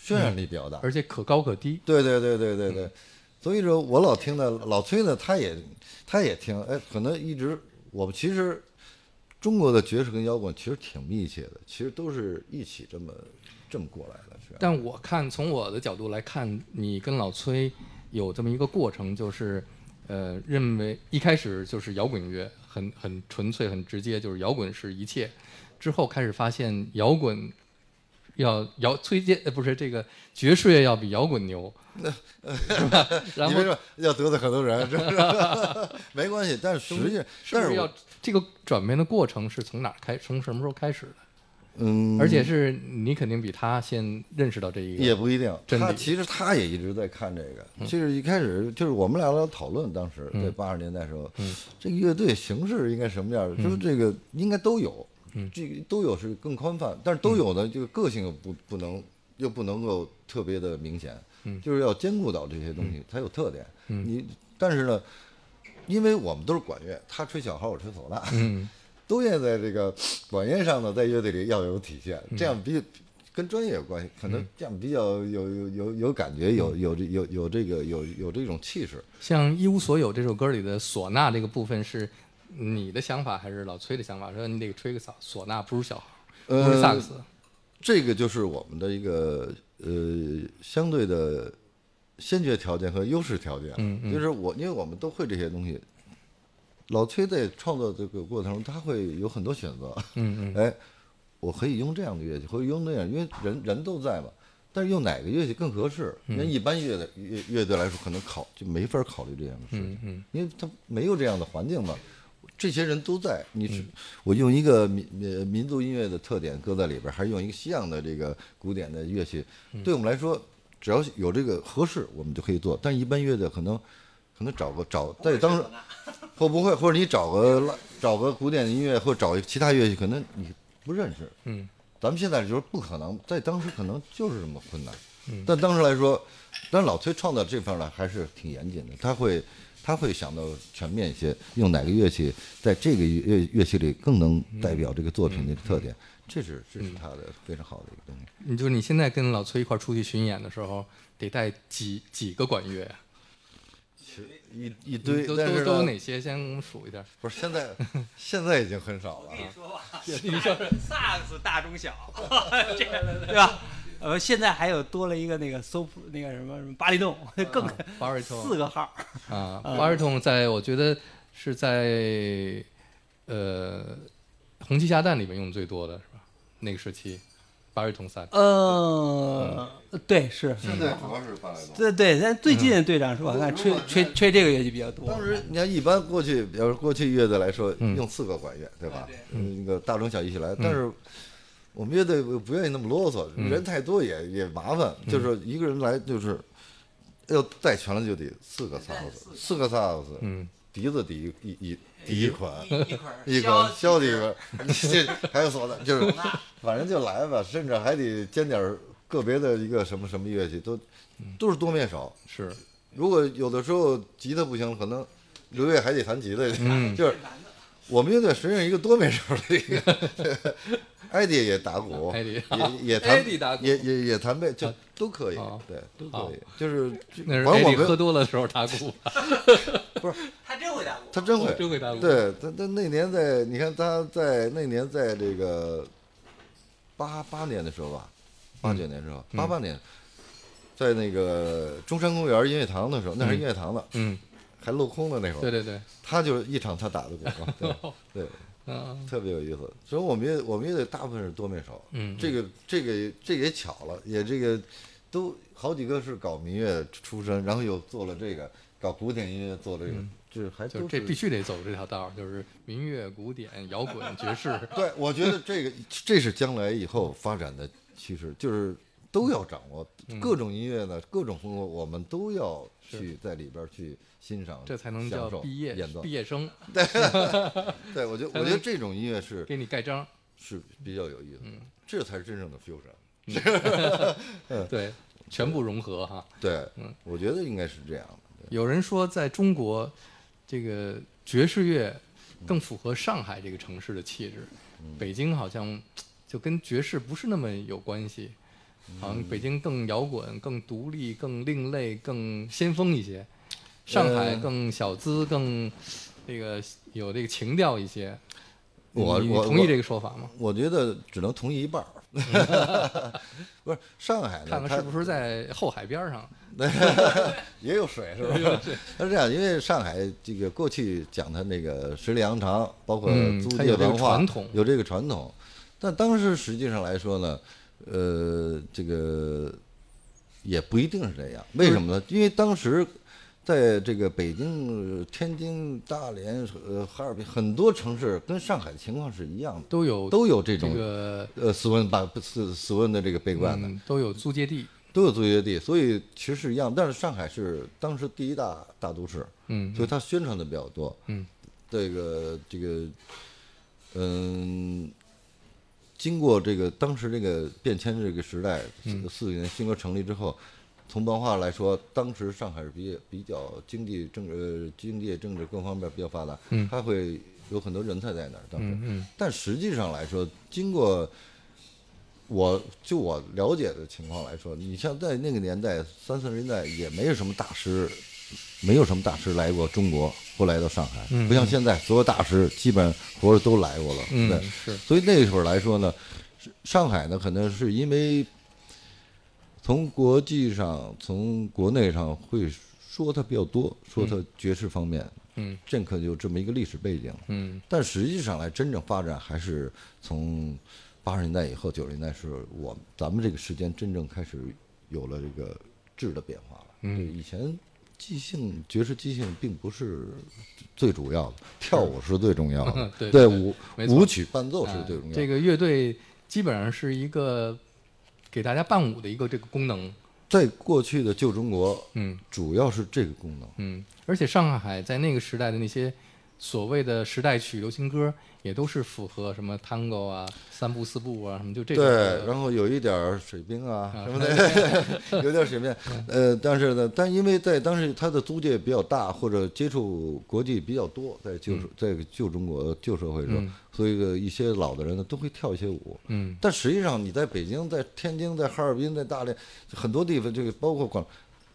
S3: 渲染力比较大。
S1: 而且可高可低。
S3: 对对对对对对，
S1: 嗯
S3: 所以说我老听的老崔呢，他也他也听，哎，可能一直我们其实中国的爵士跟摇滚其实挺密切的，其实都是一起这么这么过来的，是吧？
S1: 但我看从我的角度来看，你跟老崔有这么一个过程，就是呃，认为一开始就是摇滚乐很很纯粹、很直接，就是摇滚是一切。之后开始发现摇滚要摇崔健呃不是这个爵士乐要比摇滚牛，是吧？ 然
S3: 你
S1: 后
S3: 别说要得罪很多人，是不是？ 没关系，但是实际，
S1: 是
S3: 但
S1: 不是
S3: 我
S1: 要这个转变的过程是从哪儿开？从什么时候开始的？
S3: 嗯，
S1: 而且是你肯定比他先认识到这一个，
S3: 也不一定，
S1: 真理嗯
S3: 他其实他也一直在看这个。就是一开始就是我们俩老讨论，当时在八十年代时候，
S1: 嗯
S3: 这个乐队形式应该什么样儿？就是这个应该都有，
S1: 嗯
S3: 这个都有是更宽泛，但是都有呢，这个个性又不不能又不能够特别的明显，
S1: 嗯
S3: 就是要兼顾到这些东西，它有特点。你但是呢，因为我们都是管乐，他吹小号，我吹唢呐，
S1: 嗯
S3: 都愿意在这个管乐上呢，在乐队里要有体现，这样比跟专业有关系，可能这样比较有有有有感觉，有有这有有这个有有这种气势。
S1: 像《一无所有》这首歌里的唢呐这个部分，是你的想法还是老崔的想法？说你得吹个唢唢呐，不是小号，
S3: 呃
S1: 不是萨克斯。
S3: 这个就是我们的一个呃相对的先决条件和优势条件。嗯就是我，因为我们都会这些东西。老崔在创作这个过程中，他会有很多选择。嗯嗯。哎，我可以用这样的乐器，或者用那样，因为人人都在嘛。但是用哪个乐器更合适？因为一般乐的乐乐队来说，可能考就没法考虑这样的事情，因为他没有这样的环境嘛。这些人都在，你是、我用一个民呃民族音乐的特点搁在里边儿，还是用一个西洋的这个古典的乐器，对我们来说，只要有这个合适，我们就可以做。但一般乐队可能可能找个找在当时或不会，或者你找个拉找个古典的音乐，或者找一个其他乐器，可能你不认识。
S1: 嗯，
S3: 咱们现在就是不可能，在当时可能就是这么困难。嗯，但当时来说，但老崔创造这方面还是挺严谨的，他会他会想到全面一些，用哪个乐器在这个乐乐乐器里更能代表这个作
S1: 嗯
S3: 品的特点，这是这是他的非常好的一个东西。
S1: 你就你现在跟老崔一块儿出去巡演的时候，得带几几个管乐呀？啊
S3: 一一堆，
S1: 都
S3: 但
S1: 都
S3: 是
S1: 都有
S3: 呢，
S1: 哪些？先给我们数一下。
S3: 不是现在 现在已经很少了
S2: 我跟你
S3: 啊。
S2: 说吧， 萨克斯大中小， 这个对吧？呃，现在还有多了一个那个 so 那个什么什么巴里洞，
S3: 啊
S2: 更
S1: 巴瑞特
S2: 四个号儿，
S1: 啊，
S3: 呃
S1: 巴尔通在我觉得是在呃《红旗下蛋》里面用的最多的是吧？那个时期，巴尔通三
S2: 呃， 对是，
S3: 现在主要是嗯八来
S2: 对对，但最近的队长是吧？看吹吹吹这个乐器比较多
S3: 当，时你看，一般过去，比方说过去乐队来说，用四个管乐，对吧？嗯嗯，那嗯个大中小一起来，但是我们乐队不不愿意那么啰嗦，人太多也也麻烦，就是说一个人来就是要带全了就得四个萨克斯，四个萨克斯，嗯，笛子第一一一第一款，一款箫笛一款， 这还有唢呐， 就是反正就来吧，甚至还得兼点儿个别的一个什么什么乐器，都都是多面少，
S1: 是
S3: 如果有的时候吉他不行，可能刘烨还得弹吉他去。
S1: 嗯
S3: 就是我们乐队实际上一个多面手的一 个，艾迪也打鼓，
S1: 艾迪
S3: 也也
S1: 艾
S3: 弹
S1: 迪打鼓
S3: 也也也弹贝，就都可以
S1: 啊，
S3: 对，都
S1: 好
S3: 可以。就是就
S1: 那是
S3: 反正我
S1: A 喝
S3: 们
S1: 多了的时候打鼓，
S2: 他真会打鼓，
S3: 他 真会，
S1: 哦真会打鼓。
S3: 对他他那年在你看他在那年在这个。八八年的时候吧，
S1: 嗯
S3: 八九年的时候，八八年，在那个中山公园音乐堂的时候，那还是音乐堂呢，
S1: 嗯，
S3: 还镂空的那会
S1: 对
S3: 儿，
S1: 对对，
S3: 他就是一场他打的广告，对对，
S1: 嗯
S3: 特别有意思。所以我们也我们也得大部分是多面手，
S1: 嗯，
S3: 这个这个这个也巧了，也这个都好几个是搞民乐出身，然后又做了这个搞古典音乐，做了这个，这还
S1: 嗯就
S3: 都
S1: 是这
S3: 是
S1: 必须得走这条道儿，就是民乐、古典、摇
S3: ，
S1: 滚、爵士
S3: 对，我觉得这个这是将来以后发展的趋势，就是都要掌握
S1: 嗯
S3: 各种音乐呢，各种风格，我们都要去在里边儿去欣赏，
S1: 这才能
S3: 享
S1: 叫
S3: 受
S1: 毕业
S3: 演奏
S1: 毕。业生，
S3: 对，我觉得
S1: 才
S3: 我觉得
S1: 能
S3: 这种音乐是
S1: 给你盖章。
S3: 是比较有意思的，
S1: 嗯
S3: 这才是真正的 fusion。
S1: 对，全部融合哈。
S3: 对，嗯我觉得应该是这样的。
S1: 有人说，在中国，这个爵士乐更符合上海这个城市的气质，
S3: 嗯
S1: 北京好像就跟爵士不是那么有关系，好像北京更摇滚、更独立、更另类、更先锋一些，上海
S3: 呃
S1: 更小资、更这个有这个情调一些。
S3: 我
S1: 你
S3: 我
S1: 同意
S3: 我
S1: 这个说法吗？
S3: 我觉得只能同意一半儿， 不是上海呢，
S1: 嗯看看
S3: 它
S1: 是不是在后海边上？
S3: 也有水是吧？它是这样，因为上海这个过去讲它那个十里洋场，包括
S1: 嗯
S3: 租
S1: 它
S3: 界
S1: 有这个
S3: 文化、
S1: 传统
S3: 有这个传统，但当时实际上来说呢，呃，这个也不一定是这样。为什么呢？因为当时在这个北京、呃天津、大连、呃哈尔滨很多城市跟上海的情况是一样的，
S1: 都有
S3: 都有这
S1: 这
S3: 种、
S1: 个
S3: 呃斯文把斯斯文的这个背观的。
S1: 嗯，都有租界地。
S3: 都有租界地，所以其实是一样。但是上海是当时第一大大都市，
S1: 嗯
S3: 所以它宣传的比较多。
S1: 嗯，
S3: 这个这个，嗯，经过这个当时这个变迁这个时代，
S1: 嗯
S3: 四四九年新国成立之后，从文化来说，当时上海是比比较经济政呃经济政治各方面比较发达，
S1: 嗯
S3: 它会有很多人才在那儿。当时，
S1: 嗯嗯
S3: 但实际上来说，经过我就我了解的情况来说，你像在那个年代三四十年代也没有什么大师，没有什么大师来过中国或来到上海，
S1: 嗯
S3: 不像现在所有大师基本活着都来过了，对
S1: 嗯，。是。
S3: 所以那会儿来说呢，是上海呢，可能是因为从国际上、从国内上会说它比较多，说它爵士方面，
S1: 嗯，
S3: 这可有这么一个历史背景。
S1: 嗯
S3: 但实际上来真正发展还是从八十年代以后，九十年代是我咱们这个时间真正开始有了这个质的变化了。
S1: 嗯
S3: 对，以前即兴爵士即兴并不是最主要的，跳舞是最重要 的。
S1: 嗯对对
S3: 舞
S1: 没错
S3: 舞曲伴奏是
S1: 哎
S3: 最重要的。
S1: 这个乐队基本上是一个给大家伴舞的一个这个功能，
S3: 在过去的旧中国，
S1: 嗯
S3: 主要是这个功能。
S1: 嗯，而且上海在那个时代的那些所谓的时代曲、流行歌，也都是符合什么 tango 啊、三步四步啊什么，就这种
S3: 对，
S1: 的。
S3: 然后有一点儿水兵啊什么 的，有点儿 水兵。
S1: 嗯
S3: 呃，但是呢，但因为在当时它的租界比较大，或者接触国际比较多，在旧社在旧中国旧社会中
S1: 嗯，
S3: 所以个一些老的人呢都会跳一些舞。
S1: 嗯
S3: 但实际上，你在北京、在天津、在哈尔滨、在大连，很多地方，这个包括广，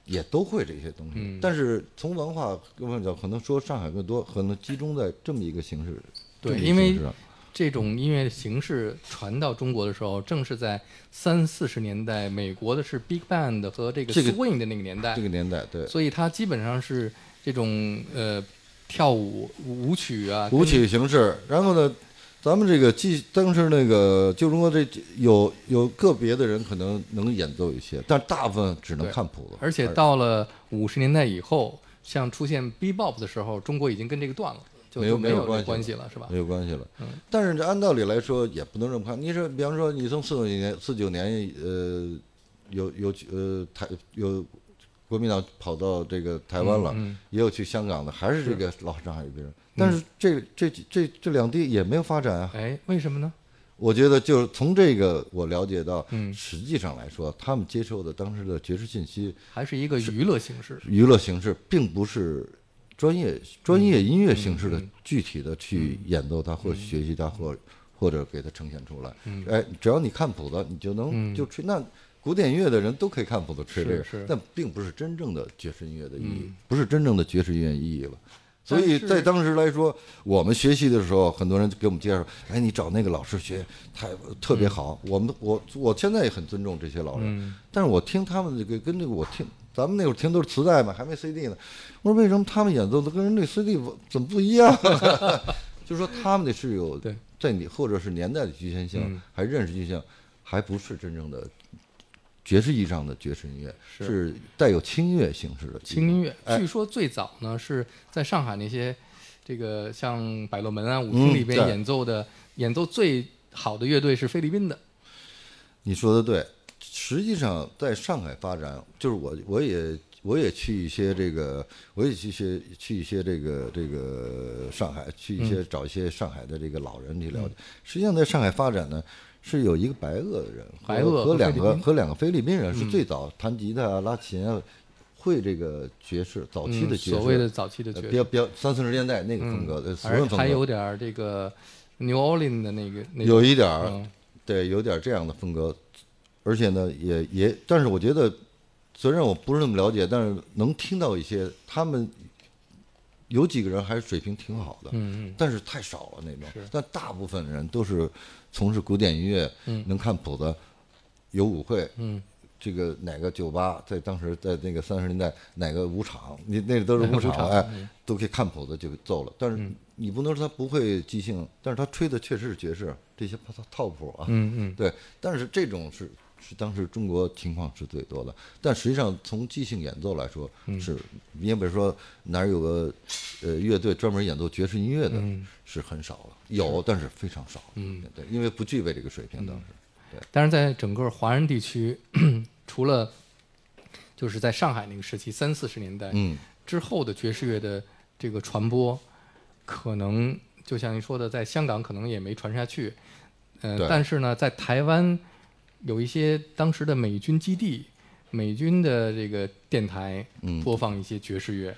S3: 也都会这些东西。
S1: 嗯
S3: 但是从文化各方面讲，可能说上海更多，可能集中在这么一个形式。
S1: 对
S3: 这么一
S1: 因
S3: 个
S1: 为
S3: 形式上
S1: 这种音乐形式传到中国的时候，正是在三四十年代，美国的是 big band 和这个
S3: 这个
S1: swing 的那个年代，
S3: 这个年代，对
S1: 所以它基本上是这种呃跳舞舞曲啊，
S3: 舞
S1: 跟
S3: 曲形式。然后呢，咱们这个既当时那个旧中国这有有个别的人可能能演奏一些，但大部分只能
S1: 对
S3: 看谱子。
S1: 而且到了五十年代以后，像出现 B-bop 的时候，中国已经跟这个断了，就
S3: 没
S1: 就
S3: 有
S1: 没
S3: 没
S1: 这
S3: 有
S1: 个
S3: 关系
S1: 关
S3: 了
S1: 系了，是吧
S3: 没？有关系了
S1: 嗯。
S3: 但是这按道理来说也不能这么看。你说，比方说你从四九年四九年呃有有呃台有国民党跑到这个台湾了，
S1: 嗯
S3: 也有去香港的，还是这个老上海这边。但是这这这这两地也没有发展啊。
S1: 哎，为什么呢？
S3: 我觉得就是从这个我了解到，
S1: 嗯
S3: 实际上来说，他们接受的当时的爵士信息、
S1: 还是一个娱乐形式。
S3: 娱乐形式，并不是专业专业音乐形
S1: 嗯
S3: 式的具体的去演奏它或学习它或或者给它呈现出来。
S1: 嗯
S3: 哎，只要你看谱子，你就能就吹。那古典音乐的人都可以看谱子吹这个
S1: 是是，嗯
S3: 但并不是真正的爵士音乐的意义，不是真正的爵士音乐意义了。所
S2: 但
S3: 以
S2: 是
S3: 在当时来说，我们学习的时候，很多人给我们介绍，哎，你找那个老师学，太特别好。我们我我现在也很尊重这些老人，但是我听他们这个跟这个我听，咱们那会儿听都是磁带嘛，还没 CD 呢。我说为什么他们演奏的跟人那 CD 怎么不一样？ 就是说他们的是有
S1: 对
S3: 在你或者是年代的局限性，
S1: 嗯
S3: 还认识局限性，还不是真正的爵士意义上的爵士音乐，
S1: 是
S3: 是带有轻乐形式的
S1: 轻音乐。
S3: 哎
S1: 据说最早呢是在上海那些这个像百乐门啊、舞厅里边
S3: 嗯对
S1: 演奏的，演奏最好的乐队是菲律宾的。
S3: 你说的对，实际上在上海发展，就是我我也我也去一些这个，我也去一些去一些这个这个上海，去一些
S1: 嗯
S3: 找一些上海的这个老人去了解。实际上在上海发展呢，是有一个白俄的人，
S1: 白
S3: 和
S1: 俄和
S3: 和两
S1: 菲律
S3: 个
S1: 宾嗯
S3: 和两个菲律宾人是最早弹吉他啊、拉琴啊，会这个爵士早期
S1: 嗯，
S3: 的爵士，
S1: 所谓的早期的
S3: 呃
S1: 爵
S3: 比较
S1: 士，
S3: 比较三四十年代那个风格的
S1: 嗯，
S3: 死
S1: 而
S3: 文风
S1: 还有
S3: 格，
S1: 点儿这个 New Orleans 的那个那
S3: 有
S1: 种
S3: 一点儿
S1: 嗯
S3: 对，有点这样的风格，而且呢，也也，但是我觉得，虽然我不是那么了解，但是能听到一些他们有几个人还是水平挺好的，
S1: 嗯
S3: 但是太少了那种
S1: 是。
S3: 但大部分人都是从事古典音乐，
S1: 嗯
S3: 能看谱子，有舞会，
S1: 嗯
S3: 这个哪个酒吧，在当时在那个三十年代哪个舞场，你那都是
S1: 哪个
S3: 舞
S1: 舞
S3: 场，
S1: 场
S3: 哎，都可以看谱子就奏了。但是
S1: 嗯
S3: 你不能说他不会即兴，但是他吹的确实是爵士，这些套套谱啊，
S1: 嗯嗯
S3: 对，但是这种是是当时中国情况是最多的，但实际上从即兴演奏来说，
S1: 嗯
S3: 是你也别说哪儿有个呃乐队专门演奏爵士音乐的，
S1: 嗯
S3: 是很少了，有但是非常少，
S1: 嗯，
S3: 对，因为不具备这个水平当时。
S1: 但是在整个华人地区，除了就是在上海那个时期三四十年代，
S3: 嗯，
S1: 之后的爵士乐的这个传播，可能就像您说的，在香港可能也没传下去，呃，
S3: 对
S1: 但是呢，在台湾有一些当时的美军基地、美军的这个电台
S3: 嗯
S1: 播放一些爵士乐，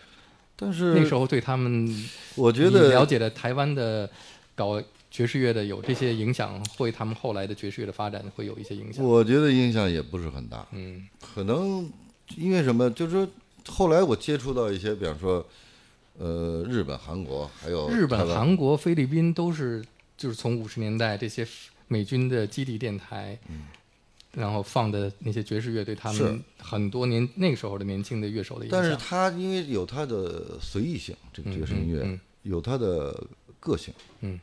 S3: 但是
S1: 那时候对他们
S3: 我觉
S1: 你
S3: 得
S1: 了解的台湾的搞爵士乐的有这些影响，会他们后来的爵士乐的发展会有一些影响。
S3: 我觉得影响也不是很大，
S1: 嗯
S3: 可能因为什么？就是说后来我接触到一些，比方说，呃，日本、韩国，还有
S1: 日
S3: 台
S1: 本、
S3: 湾
S1: 韩国、菲律宾都是就是从五十年代这些美军的基地电台，
S3: 嗯
S1: 然后放的那些爵士乐，对他们很多年那个时候的年轻的乐手的影响。
S3: 但是它因为有它的随意性，这个爵士音乐、
S1: 嗯嗯嗯
S3: 有它的个性，
S1: 嗯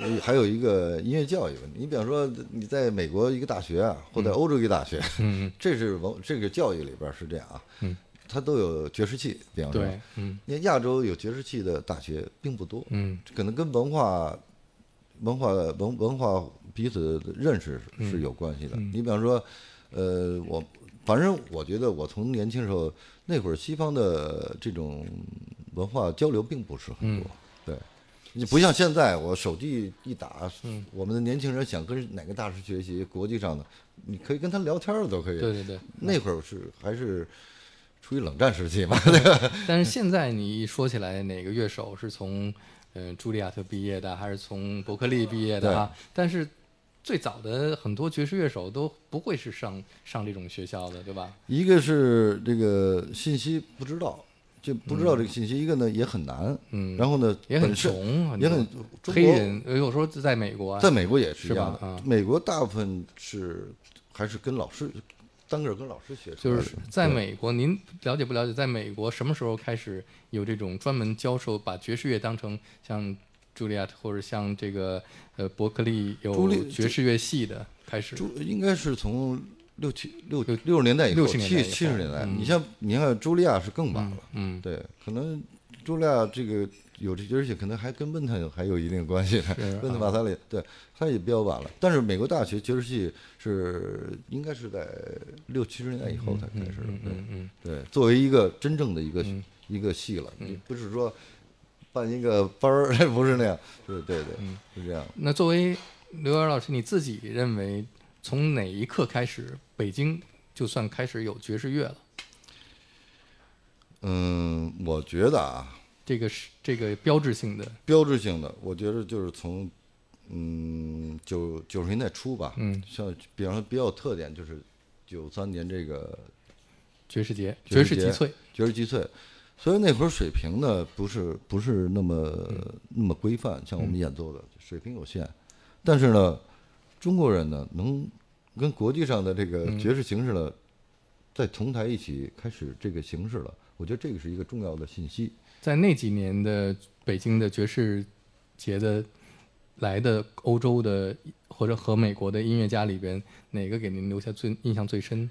S3: 呃，还有一个音乐教育问题。你比方说你在美国一个大学啊，或者欧洲一个大学，
S1: 嗯
S3: 这是文这个教育里边儿是这样啊，
S1: 嗯
S3: 它都有爵士器，比
S1: 嗯，
S3: 方说，
S1: 对，嗯
S3: 你看亚洲有爵士器的大学并不多，
S1: 嗯
S3: 可能跟文化、文化、文文化彼此的认识是有关系的。你比方说，呃，我反正我觉得我从年轻时候那会儿，西方的这种文化交流并不是很多，对。你不像现在，我手机一打，我们的年轻人想跟哪个大师学习，国际上的，你可以跟他聊天儿都可以。
S1: 对对 对。
S3: 那会儿是还是处于冷战时期嘛，
S1: 但是现在你一说起来，哪个乐手是从呃茱莉亚特毕业的，还是从伯克利毕业的啊？但是最早的很多爵士乐手都不会是上上这种学校的，对吧？
S3: 一个是这个信息不知道，就不知道这个信息；一个呢也很难，
S1: 嗯
S3: 然后呢
S1: 也很
S3: 本身
S1: 穷，
S3: 也
S1: 多
S3: 很中
S1: 黑
S3: 国
S1: 人，呃有时候在美国啊，
S3: 在美国也是一样
S1: 是吧啊
S3: 的。美国大部分是还是跟老师单个儿跟老师学出
S1: 就
S3: 来的，
S1: 是在
S3: 对
S1: 美国，您了解不了解？在美国什么时候开始有这种专门教授把爵士乐当成像茱莉亚特或者像这个呃伯克利
S3: 朱
S1: 有
S3: 莉
S1: 爵士乐系的开始？
S3: 朱应该是从六七六
S1: 六
S3: 六十年代以后，
S1: 60年代以
S3: 七
S1: 后
S3: 七十年代。
S1: 嗯
S3: 你像你看茱莉亚是更晚了，
S1: 嗯，
S3: 对，可能朱莉亚这个有这，而且可能还跟温特还有一定关系呢
S1: 是。啊
S3: 温特马萨里，对，他也比较晚了。但是美国大学爵士系是应该是在六七十年代以后才开始的
S1: 嗯。嗯嗯，
S3: 对，对，作为一个真正的一个一个系了，你不是说办一个班儿， 不是那样。对对对，
S1: 嗯
S3: 是这样。
S1: 那作为刘源老师，你自己认为从哪一刻开始，北京就算开始有爵士乐了？
S3: 嗯，我觉得啊，
S1: 这个是这个标志性的，
S3: 标志性的，我觉得就是从嗯九九十年代初吧，
S1: 嗯，
S3: 像比方说比较有特点就是九三年这个
S1: 爵士节，爵
S3: 爵士
S1: 士
S3: 节
S1: 集萃，
S3: 爵士集萃，所以那会儿水平呢，不是不是那么那么规范，像我们演奏的水平有限。但是呢，中国人呢，能跟国际上的这个爵士形式呢，在同台一起开始这个形式了。我觉得这个是一个重要的信息。
S1: 在那几年的北京的爵士节的来的欧洲的或者和美国的音乐家里边，哪个给您留下最印象最深？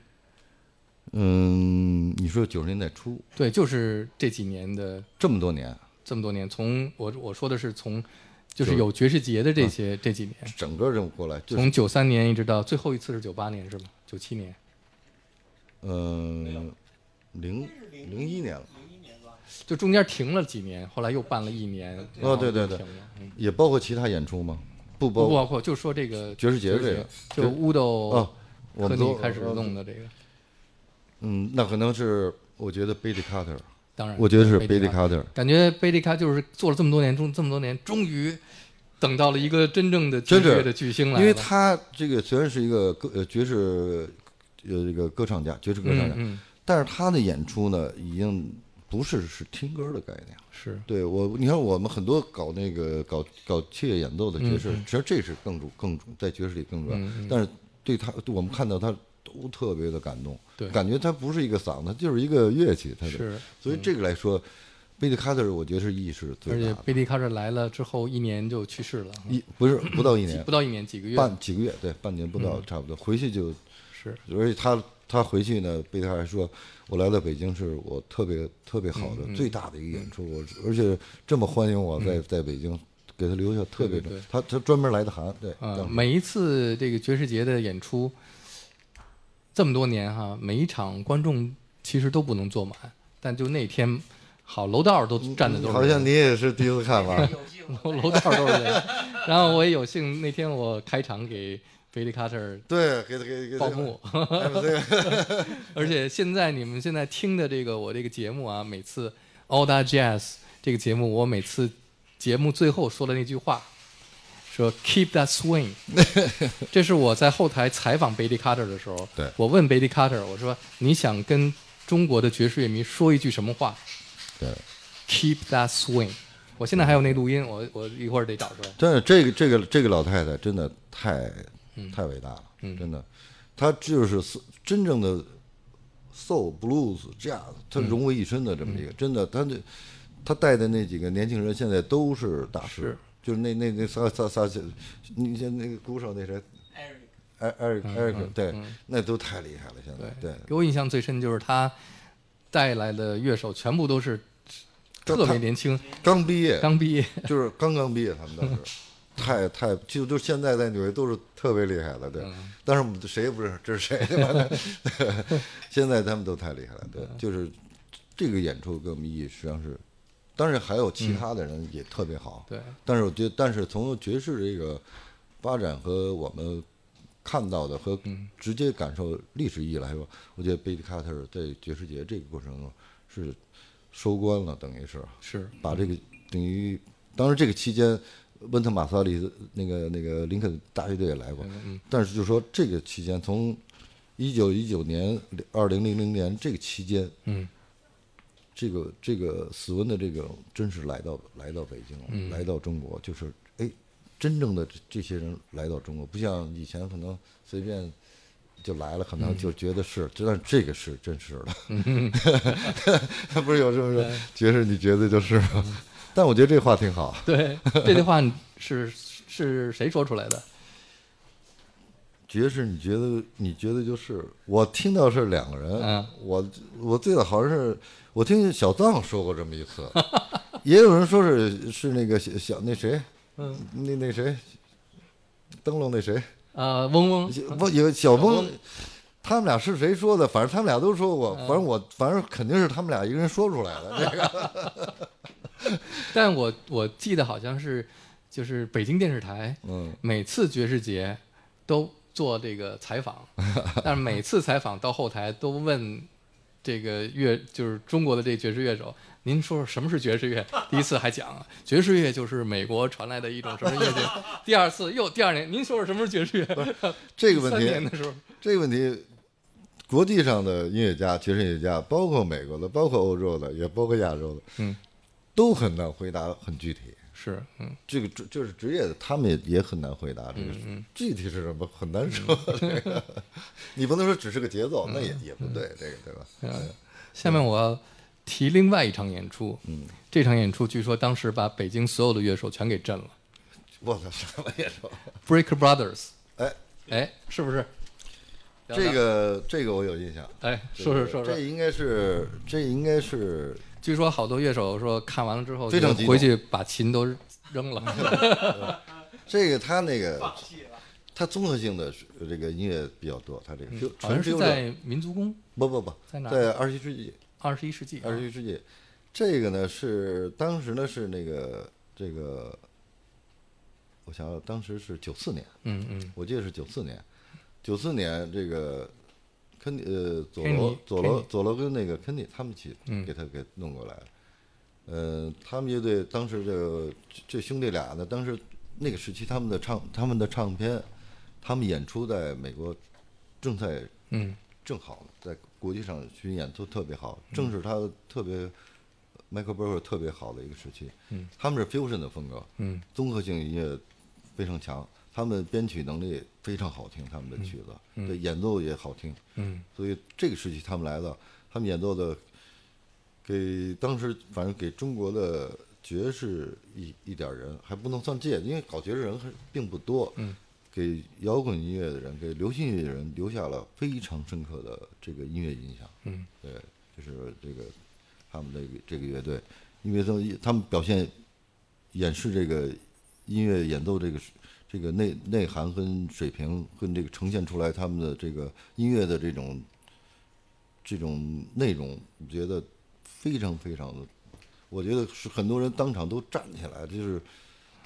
S3: 嗯，你说九十年代初
S1: 对，就是这几年的
S3: 这么多年，
S1: 这么多年，从我我说的是从就是有爵士节的
S3: 嗯
S1: 这些、这几年，
S3: 整个这么过来，就是
S1: 从九三年一直到最后一次是九八年是吗？九七年，
S3: 嗯，零零一年了，
S1: 就中间停了几年，后来又办了一年。然后
S3: 对哦对
S1: 就
S3: 对
S1: 停了嗯
S3: 也包括其他演出吗？不包
S1: 不包括就说这个
S3: 爵士节这个
S1: 就
S3: 就
S1: 乌豆
S3: 哦
S1: 和
S3: 我们
S1: 你
S3: 都
S1: 开始弄的这个，
S3: 嗯，那可能是我觉得 Betty Carter，
S1: 当然
S3: 我觉得是
S1: 贝
S3: Betty Carter，
S1: 感觉贝利卡就是做了这么多年，中这么多年，终于等到了一个真正的爵
S3: 真
S1: 士
S3: 是
S1: 的巨星来了，
S3: 因为他这个虽然是一个歌呃爵士呃这个歌唱家，爵士歌唱
S1: 嗯
S3: 家，
S1: 嗯
S3: 但是他的演出呢，已经不是是听歌的概念了。
S1: 是
S3: 对我，你看我们很多搞那个搞搞器乐演奏的爵士，
S1: 嗯
S3: 其实这是更主更主在爵士里更主要，但是对他对我们看到他都特别的感动，
S1: 对
S3: 感觉他不是一个嗓子，就是一个乐器，他的
S1: 是，
S3: 所以这个来说，贝蒂卡特我觉得是意义是
S1: 而
S3: 最
S1: 且
S3: 大的，
S1: 贝利卡这来了之后一年就去世了，
S3: 一不是不到一
S1: 几
S3: 年
S1: 不，到一年几个月嗯
S3: 半几个月，对，半年不到，差不多回去就是而且他他回去呢，贝塔还说，我来到北京是我特别特别好的、
S1: 嗯
S3: 最大的一个演出，我而且这么欢迎我在、在北京，给他留下特别
S1: 对对对
S3: 他他专门来的函，对，
S1: 呃，
S3: 当时
S1: 每一次这个爵士节的演出，这么多年哈，每一场观众其实都不能坐满，但就那天，好楼道都站的都是人，
S3: 好像你也是第一次看
S2: 哎
S3: 吧？
S1: 楼楼道都是人。然后我也有幸那天我开场给贝利卡特
S3: 对，给他给给
S1: 报 幕， 而且现在你们现在听的这个我这个节目啊，每次 All That Jazz 这个节目，我每次节目最后说的那句话，说 Keep that swing，这是我在后台采访 Betty Carter 的时候，
S3: 对
S1: 我问 Betty Carter，我说你想跟中国的爵士乐迷说一句什么话
S3: 对。
S1: ？Keep that swing，我现在还有那录音，我我一会儿得找出来。
S3: 真的，这个这个这个老太太真的太太伟大了，真的，她就是四真正的 soul blues jazz，她融为一身的这么一个，真的，她这她带的那几个年轻人现在都是大师
S1: 是，
S3: 就是那那那仨仨仨，你像那个鼓手那谁，艾艾瑞艾瑞克，对，那都太厉害了，现在对，
S1: 给我印象最深就是他带来的乐手全部都是
S3: 就
S1: 特
S3: 他
S1: 别年轻，
S3: 刚毕业，
S1: 刚毕业。
S3: 就是刚刚毕业，他们当时太太，就就现在在纽约都是特别厉害了，对。但是我们谁也不认识这是谁，对吧？ 对现在他们都太厉害了，对，就是这个演出给我们意义实际上是，当然还有其他的人也特别好，
S1: 对，
S3: 但是我觉得，但是从爵士这个发展和我们看到的和直接感受历史意义来说，我觉得贝蒂卡特在爵士节这个过程中是收官了，等于是。
S1: 是
S3: 把这个等于，当然这个期间，温特马萨里斯那个那个林肯大乐队也来过，但是就说这个期间，从一九一九年二零零零年这个期间，
S1: 嗯，
S3: 这个这个斯温的这个真是来到来到北京了，来到中国，就是哎，真正的这这些人来到中国，不像以前可能随便。就来了，可能就觉得是，但是这个是真是的， 不是有这么说？爵士你觉得就是
S1: 嗯
S3: 吗？ 但我觉得这话挺好，
S1: 对这句话是是谁说出来的？
S3: 爵士，你觉得你觉得就是我听到是两个人，
S1: 嗯
S3: 我我最早好像是我听小藏说过这么一次， 也有人说是是那个小小那谁，
S1: 嗯，
S3: 那那谁，灯笼那谁，
S1: 呃，嗡嗡，
S3: 不有小翁，他们俩是谁说的？反正他们俩都说过，
S1: 嗯
S3: 反正我反正肯定是他们俩一个人说出来 的。这个
S1: 但我我记得好像是就是北京电视台
S3: 嗯，
S1: 每次爵士节都做这个采 访，但是每次采访到后台都问这个乐就是中国的这爵士乐手，您说说什么是爵士乐？第一次还讲爵士乐就是美国传来的一种什么乐 器，第二次又第二年您说说什么是爵士乐？
S3: 这个问
S1: 第三年
S3: 题
S1: 的时候，
S3: 这个问题国际上的音乐家、爵士音乐家，包括美国的，包括欧洲的，也包括亚洲的，
S1: 嗯，
S3: 都很难回答很具体。
S1: 是，嗯
S3: 这个这这是职业的，他们也也很难回答这个
S1: 嗯
S3: 具体是什么，很难说。这 个你不能说只是个节奏，那
S1: 嗯
S3: 也也不对，这个对吧？
S1: 呃下面我要提另外一场演出，嗯，这场演出据说当时把北京所有的乐手全给震了
S3: 我操，什么也说。
S1: ，Break Brothers，
S3: 哎，
S1: 哎，是不是？聊
S3: 这
S1: 聊，
S3: 个这个我有印象。
S1: 哎，说说说
S3: 这
S1: 说，
S3: 应该是这应该是
S1: 据说好多乐手说看完了之后
S3: 非常
S1: 就
S3: 激动
S1: 回去把琴都扔 了，
S3: 这个他那个
S2: 弃了。
S3: 他综合性的这个音乐比较多，他这个 fu-
S1: 嗯好像
S3: 纯
S1: 是
S3: fusion
S1: 在民族宫
S3: 不不不
S1: 在哪儿
S3: 在二十一世纪，
S1: 二十一世纪啊，
S3: 二十一世纪，这个呢是当时呢是那个这个，我想想，当时是九四年，
S1: 嗯嗯，
S3: 我记得是九四年，九四年这个肯尼呃佐
S1: 肯尼
S3: 罗佐
S1: 肯
S3: 罗
S1: 尼
S3: 佐罗跟那个肯尼他们去
S1: 嗯
S3: 给他给弄过来了，呃，他们乐队当时这个这兄弟俩呢，当时那个时期他们的唱他们的唱片，他们演出在美国正在
S1: 嗯
S3: 正好在国际上巡演都特别好，正是他特别 Michael Brecker 特别好的一个时期。
S1: 嗯，
S3: 他们是 fusion 的风格，
S1: 嗯
S3: 综合性音乐非常强，他们编曲能力非常好听，他们的曲子，
S1: 嗯
S3: 对演奏也好听，
S1: 嗯
S3: 所以这个时期他们来了，他们演奏的给当时反正给中国的爵士一一点儿人还不能算界，因为搞爵士人还并不多，
S1: 嗯
S3: 给摇滚音乐的人，给流行音乐的人留下了非常深刻的这个音乐影响。
S1: 嗯，
S3: 对，就是这个他们这个这个乐队，因为他们他们表现演示这个音乐演奏这个这个内内涵跟水平跟这个呈现出来他们的这个音乐的这种这种内容，我觉得非常非常的，我觉得是很多人当场都站起来，就是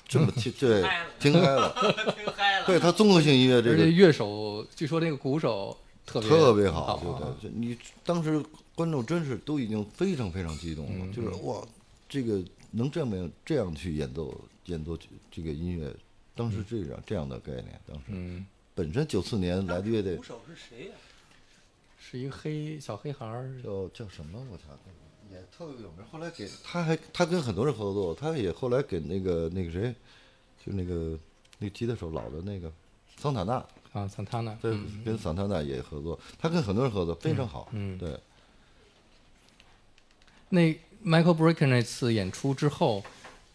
S3: 这么听对
S2: 嗨了
S3: 听开了。
S2: 听嗨了。
S3: 对他综合性音乐这
S1: 而且
S3: 个
S1: 乐手据说那个鼓手特别
S3: 特别
S1: 好
S3: 好，对
S1: 啊，
S3: 对，就你当时观众真是都已经非常非常激动
S1: 嗯
S3: 了，就是哇，这个能这么样这样去演奏演奏这个音乐，当时这样、这样的概念，当时、
S1: 嗯，
S3: 本身九四年来的乐队
S2: 鼓手是谁呀、
S1: 是一个黑小黑孩儿，
S3: 叫叫什么？我操！也特别有名。后来给他还他跟很多人合作，他也后来给那个那个谁，就那个那吉他手老的那个桑塔纳，
S1: 啊，桑塔纳，
S3: 对，跟桑塔纳也合作，他跟很多人合作非常好，
S1: 嗯嗯
S3: 对。
S1: 那 Michael Brecker 那次演出之后，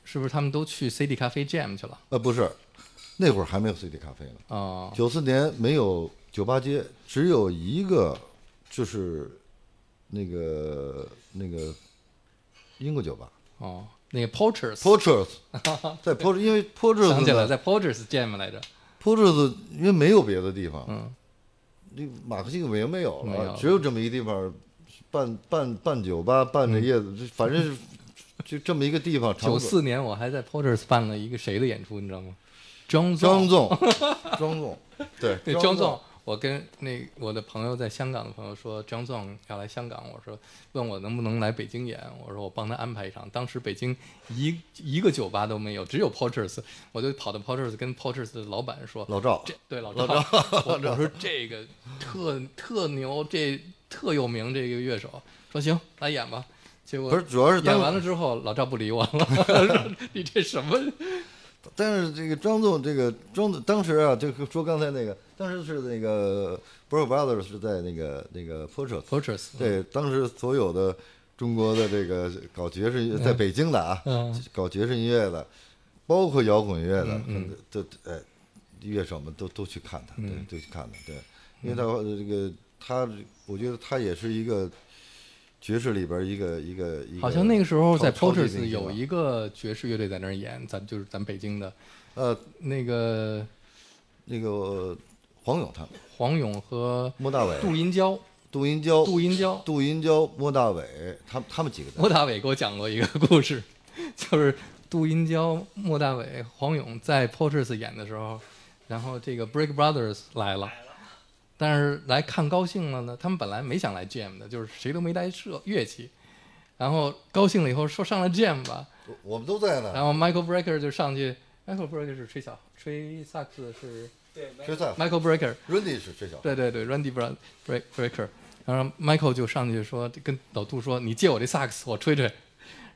S1: 是不是他们都去 CD 咖啡 Jam 去了？
S3: 呃，不是，那会儿还没有 CD 咖啡呢。
S1: 啊、
S3: 九四年没有酒吧街，只有一个，就是那个那个英国酒吧
S1: 哦，那个 Porters，
S3: Porters，在 Porters，因为 Porters
S1: 想起来
S3: 呢
S1: 在 Porters Jam 来着，
S3: ，Porters 因为没有别的地方，
S1: 嗯，
S3: 那马克西姆也没有
S1: 没有
S3: 了
S1: 了，
S3: 只有这么一地方，办办办酒吧，办着夜，这反正是就这么一个地方。场
S1: 嗯 九
S3: 所
S1: 四年我还在 Porters 办了一个谁的演出，你知道吗？John
S3: 庄
S1: Zorn
S3: 总，庄总，对，
S1: 对
S3: 庄
S1: John Zorn，我跟那我的朋友在香港的朋友说，John Zorn 要来香港，我说问我能不能来北京演，我说我帮他安排一场。当时北京一一个酒吧都没有，只有 Porters，我就跑到 Porters 跟 Porters 的老板说，
S3: 老赵
S1: 这，对老赵，我我说这个特特牛，这特有名这个乐手，说行来演吧。结果
S3: 不是，主要是当
S1: 演完了之后，老赵不理我了， 说你这什么？
S3: 但是这个庄总，这个庄总当时啊，这个说刚才那个，当时是那个 b r o t h e r Brothers 是在那个那个 p o r t r e
S1: p o r t e r s
S3: 对，当时所有的中国的这个搞爵士乐，在北京的啊，
S1: 嗯
S3: 搞爵士音乐的，包括摇滚乐的，都呃，乐手们都都去看他，
S1: 嗯
S3: 对，都去看他，对，因为他呃这个他，我觉得他也是一个爵士里边一个一个一个，
S1: 好像那个时候在
S3: 超超级
S1: Porters
S3: 明星
S1: 有
S3: 吧
S1: 一个爵士乐队在那儿演，咱就是咱北京的
S3: 呃
S1: 那个
S3: 那个黄勇他们，
S1: 黄勇和
S3: 莫大伟。嗯
S1: 杜银娇，
S3: 杜银娇、
S1: 杜银娇，
S3: 杜银娇、莫大伟，他们他们几个
S1: 莫
S3: 在
S1: 大伟给我讲过一个故事， 就是杜银娇、莫大伟、黄勇在 Porters 演的时候，然后这个 Break Brothers 来了，但是来看高兴了呢，他们本来没想来 Jam 的，就是谁都没带设乐器，然后高兴了以后说上来 Jam 吧，
S3: 我我们都在呢。
S1: 然后 Michael Brecker 就上去，Michael Brecker 是吹小吹萨克斯是
S2: 对，
S3: 谁在乎
S1: Michael Breaker，
S3: ？Randy 是这小孩，
S1: 对对对，Randy Brown Break Breaker，然后 Michael 就上去说，跟老杜说：“你借我这萨克斯，我吹吹。”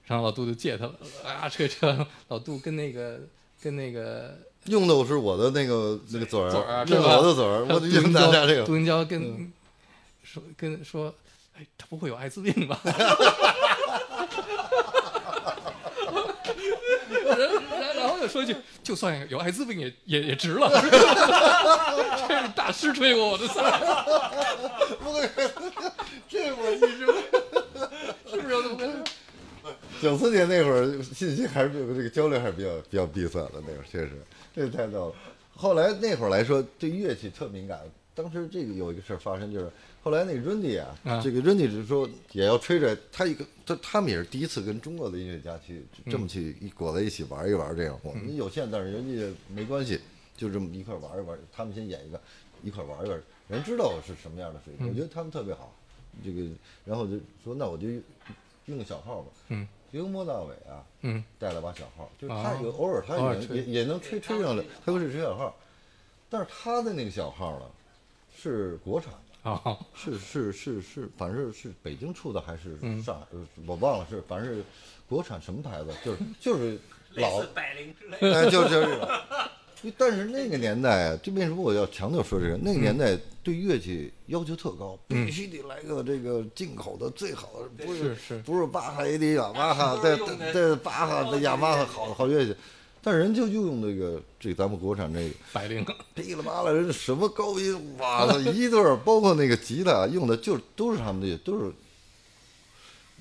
S1: 然后老杜就借他了，啊，吹吹。老杜跟那个跟那个
S3: 用的我是我的那个那个嘴
S1: 嘴儿
S3: 儿，
S1: 对
S3: 用
S1: 吧
S3: 我的嘴儿，我
S1: 杜
S3: 用
S1: 云
S3: 大
S1: 娇，
S3: 家这 个嗯
S1: 杜云娇跟说跟说，哎，他不会有艾滋病吧？ 然然然后又说一句，就算有艾滋病也也也值了。 这是大师吹过我的萨克斯。
S3: 这我一直
S1: 是不是有这么回事？
S3: 九四年那会儿，信息还是比这个交流还是比较比较闭塞的。那会儿确实，这太逗了。后来那会儿来说，对乐器特敏感。当时这个有一个事儿发生，就是后来那个 Randy 啊，
S1: 啊
S3: 这个 Randy 是说也要吹着他一个，他他们也是第一次跟中国的音乐家去这么去一裹在一起玩一玩这样。我们有限，但是人家没关系，就这么一块玩一玩。他们先演一个，一块玩一玩，人知道我是什么样的
S1: 嗯
S3: 水平，我觉得他们特别好。这个，然后就说那我就用小号吧，
S1: 嗯
S3: 由莫到尾啊，
S1: 嗯，
S3: 带了把小号，就是
S1: 哦
S3: 他有偶尔他
S1: 偶尔
S3: 也能
S1: 吹
S3: 也也能吹吹上来，他会是吹小号，但是他的那个小号呢，是国产的，
S1: 好，
S3: 是是是是，反正是北京出的还是
S1: 嗯
S3: 上海，呃我忘了是，反正是国产什么牌子，就是就是老
S2: 类似百灵之类的。
S3: 哎， 就就是这个。但是那个年代啊，这为什么我要强调说这个？那个年代对乐器要求特高，必须得来个这个进口的最好的，不
S1: 是
S3: 是
S1: 是
S3: 不是巴哈也得雅马哈，
S2: 都
S3: 在
S2: 是用的
S3: 在巴哈、
S2: 哦
S3: 在雅马哈好好乐器，但人就就用这个这咱们国产这个
S1: 白领，
S3: 噼里啪啦，人什么高音，哇塞，一对儿，包括那个吉他啊用的就都是他们的，都是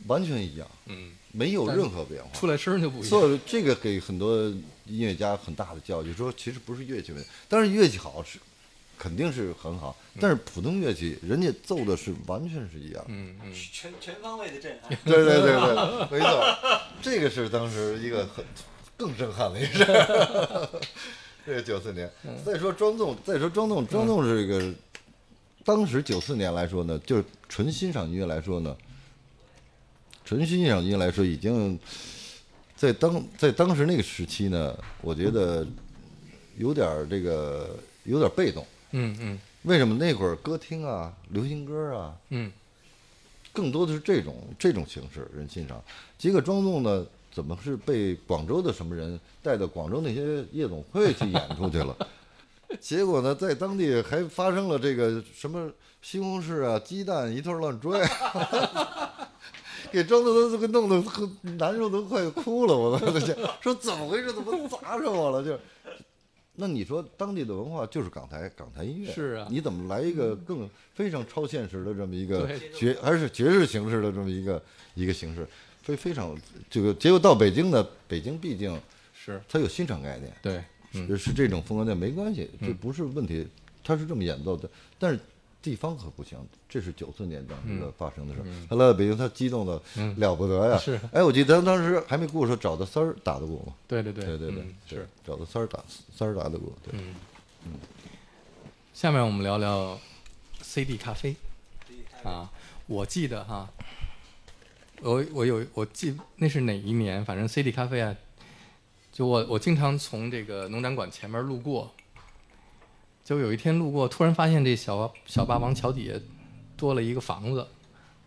S3: 完全一样，
S1: 嗯，
S3: 没有
S1: 但
S3: 任何变化。
S1: 出来声就不一
S3: 所
S1: 样。
S3: 以这个给很多音乐家很大的教育，说其实不是乐器问题，当然乐器好是肯定是很好，但是普通乐器人家奏的是完全是一样的。
S1: 嗯嗯，
S4: 全全方位的震啊撼。
S3: 对对对对，没错，这个是当时一个很更震撼的一事儿。 这个九四年，再说庄纵，再说庄纵，庄纵是一个当时九四年来说呢，就是纯欣赏音乐来说呢，纯欣赏音乐来说，已经在当在当时那个时期呢，我觉得有点儿这个有点儿被动。
S1: 嗯嗯
S3: 为什么那会儿歌厅啊、流行歌啊，
S1: 嗯
S3: 更多的是这种这种形式人欣赏。结果庄重呢，怎么是被广州的什么人带到广州那些夜总会去演出去了？结果呢，在当地还发生了这个什么西红柿啊、鸡蛋一通乱拽， 给庄重都给弄得难受都快哭了。我都想说怎么回事？怎么砸着我了？就 那你说当地的文化就是港台港台音乐，
S1: 是啊
S3: 你怎么来一个更非常超现实的这么一个
S1: 对
S3: 爵，还是爵士形式的这么一个一个形式，非非常这个结果到北京呢，北京毕竟
S1: 是，
S3: 它有欣赏概念，
S1: 对，嗯
S3: 是是这种风格的没关系，这不是问题，它是这么演奏的，但是。地方可不行，这是九四年当时
S1: 嗯
S3: 的发生的事儿。他来到北京，他激动的了不得呀！
S1: 是，
S3: 哎，我记得他当时还没过说找的三儿打得过吗？
S1: 对对对
S3: 对对对
S1: 嗯，
S3: 对
S1: 是。嗯
S3: 找的三儿打三儿打得过，对，嗯
S1: 下面我们聊聊 CD 咖啡 啊，我记得哈、我我有我记那是哪一年，反正 CD 咖啡啊，就我我经常从这个农展馆前面路过，就有一天路过，突然发现这小小霸王桥底下多了一个房子，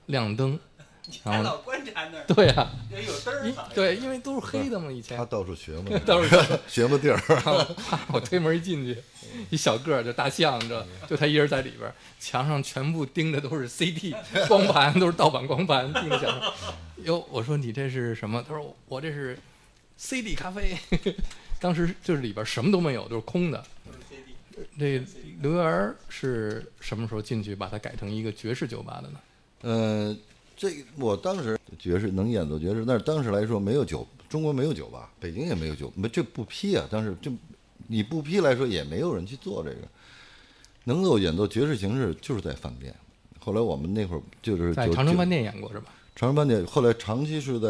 S1: 亮灯，
S2: 还
S1: 然后
S2: 老观察那儿，
S1: 对呀、啊，
S2: 人有灯儿
S1: 因
S2: 嘛。
S1: 对，因为都是黑的嘛，以前
S3: 他到处学嘛，
S1: 到时候
S3: 学嘛地儿。
S1: 我推门一进去，
S3: 嗯
S1: 一小个儿就大象，你知道，就他一人在里边儿，墙上全部钉的都是 CD 光盘，都是盗版光盘钉在墙上。哟，我说你这是什么？他说我这是 CD 咖啡。 当时就是里边什么都没有，都是空的。这刘源儿是什么时候进去把它改成一个爵士酒吧的呢？
S3: 呃，这个我当时爵士能演奏爵士，但是当时来说没有酒，中国没有酒吧，北京也没有酒，没这不批啊。但是这你不批来说，也没有人去做这个。能够演奏爵士形式，就是在饭店。后来我们那会儿就是
S1: 在
S3: 九
S1: 长城
S3: 九
S1: 饭店演过是吧？
S3: 长城饭店，后来长期是在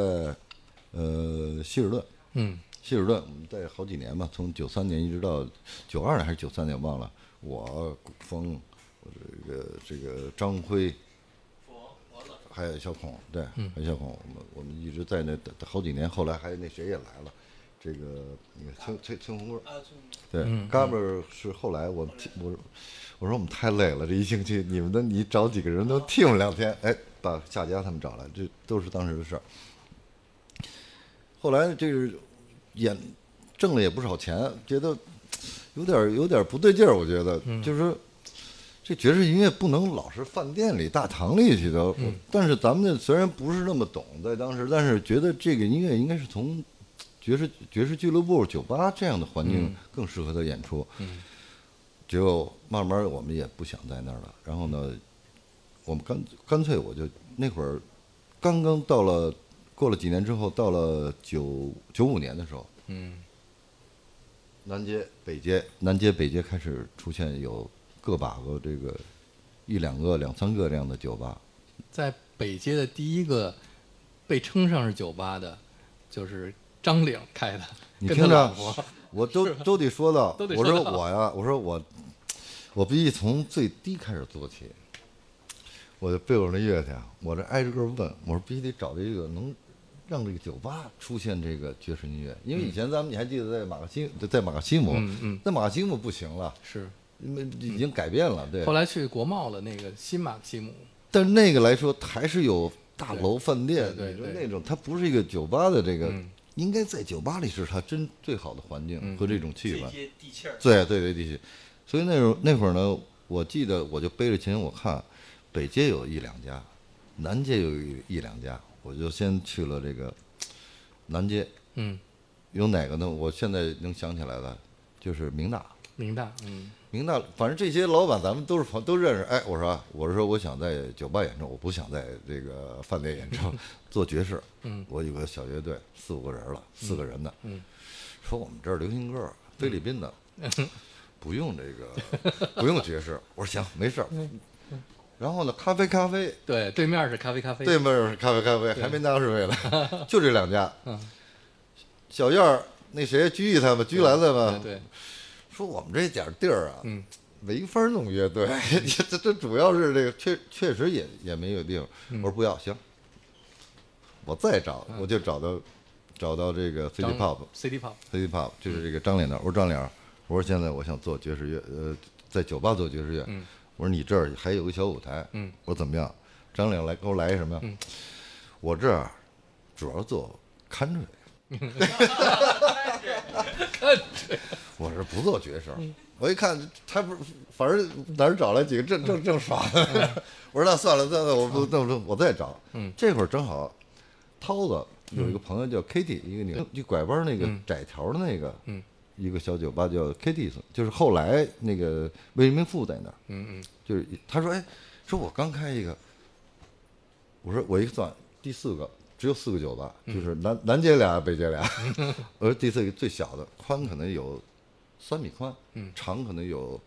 S3: 呃希尔顿，
S1: 嗯
S3: 希尔顿，我们在好几年吧，从九三年一直到九二年还是九三年忘了。我古风，我这个这个张辉，还有小孔，对，还有小孔，我们我们一直在那好几年，后来还那谁也来了，这个那个崔崔崔红贵儿，
S4: 啊，就
S3: 对，
S1: 嗯
S3: 嘎巴儿是后来我们替我说我说我们太累了，这一星期你们的你找几个人都替我们两天，哎，把夏家他们找来，这都是当时的事儿。后来这是演挣了也不少钱，觉得有点儿有点儿不对劲儿，我觉得、就是说这爵士音乐不能老是饭店里大堂里去的。我但是咱们虽然不是那么懂，在当时，但是觉得这个音乐应该是从爵士爵士俱乐部、酒吧这样的环境更适合他演出。结果慢慢我们也不想在那儿了，然后呢，我们干干脆我就那会儿刚刚到了，过了几年之后，到了九九五年的时候，
S1: 嗯
S3: 南街、北街、南街、北街开始出现有个把个这个一两个、两三个这样的酒吧，
S1: 在北街的第一个被称上是酒吧的，就是张领开的，
S3: 你
S1: 跟
S3: 听
S1: 他
S3: 着
S1: 老婆，
S3: 我都都得说到，
S1: 都得
S3: 我
S1: 说
S3: 说
S1: 到
S3: 我呀，我说我，我必须从最低开始做起。我就背我那乐器啊，我这挨着个问，我说必须得找这个能让这个酒吧出现这个爵士音乐，因为以前咱们你还记得在马克西在马克西姆，
S1: 嗯嗯，
S3: 在马克西姆不行了，
S1: 是。
S3: 因为已经改变了，对
S1: 后。来去国贸了，那个新马克西姆，
S3: 但是那个来说还是有大楼饭店，
S1: 对对
S3: 你说
S1: 对
S3: 那种它不是一个酒吧的这个，
S1: 嗯
S3: 应该在酒吧里是它真最好的环境
S1: 嗯
S3: 和这种气氛
S4: 最。接地气儿。
S3: 对对对，地区。所以那时候那会儿呢，我记得我就背着琴，我看北街有一两家，南街有一一两家，我就先去了这个南街。
S1: 嗯，
S3: 有哪个呢？我现在能想起来的，就是明大。
S1: 明大，嗯
S3: 明大，反正这些老板咱们都是朋都认识。哎，我说啊我是说我想在酒吧演出，我不想在这个饭店演 出，做爵士。
S1: 嗯，
S3: 我有个小乐队，四五个人了，四个人的。
S1: 嗯嗯
S3: 说我们这儿流行歌，菲律宾的， 不用这个，不用爵士。我说行，没事儿。
S1: 嗯
S3: 然后呢，咖啡咖啡，
S1: 对，对面是咖啡咖啡，
S3: 对面是咖啡咖啡，还没拿 水了，就这两家。
S1: 嗯
S3: 小燕儿，那谁居他们，居兰他
S1: 对
S3: 们，
S1: 对，
S3: 说我们这点儿地儿啊，
S1: 嗯
S3: 没法弄乐队， 这这主要是这个确确实也也没有地方。
S1: 嗯
S3: 我说不要，行，我再找，我就找到找到这个 City
S1: 张
S3: Pop
S1: ，City Pop，
S3: City Pop，就是这个张脸的。我说张脸，我说现在我想做爵士乐，呃，在酒吧做爵士乐。
S1: 嗯
S3: 我说你这儿还有个小舞台，
S1: 嗯
S3: 我说怎么样？张脸来给我来一什么呀？
S1: 嗯
S3: 我这儿主要做 country，我是不做爵士。
S1: 嗯
S3: 我一看他不是，反正哪儿找来几个正正正爽的，我说那算了，算了，我不那我我再找。
S1: 嗯
S3: 这会儿正好，涛子有一个朋友叫 Kitty，一个女，就拐弯那个
S1: 嗯
S3: 窄条的那个，
S1: 嗯
S3: 一个小酒吧叫 Kitty，就是后来那个魏明富在那儿，
S1: 嗯嗯，
S3: 就是他说哎，说我刚开一个，我说我一算第四个只有四个酒吧，
S1: 嗯
S3: 就是南南街俩北街 俩，我说第四个最小的宽可能有三米宽，
S1: 嗯
S3: 长可能有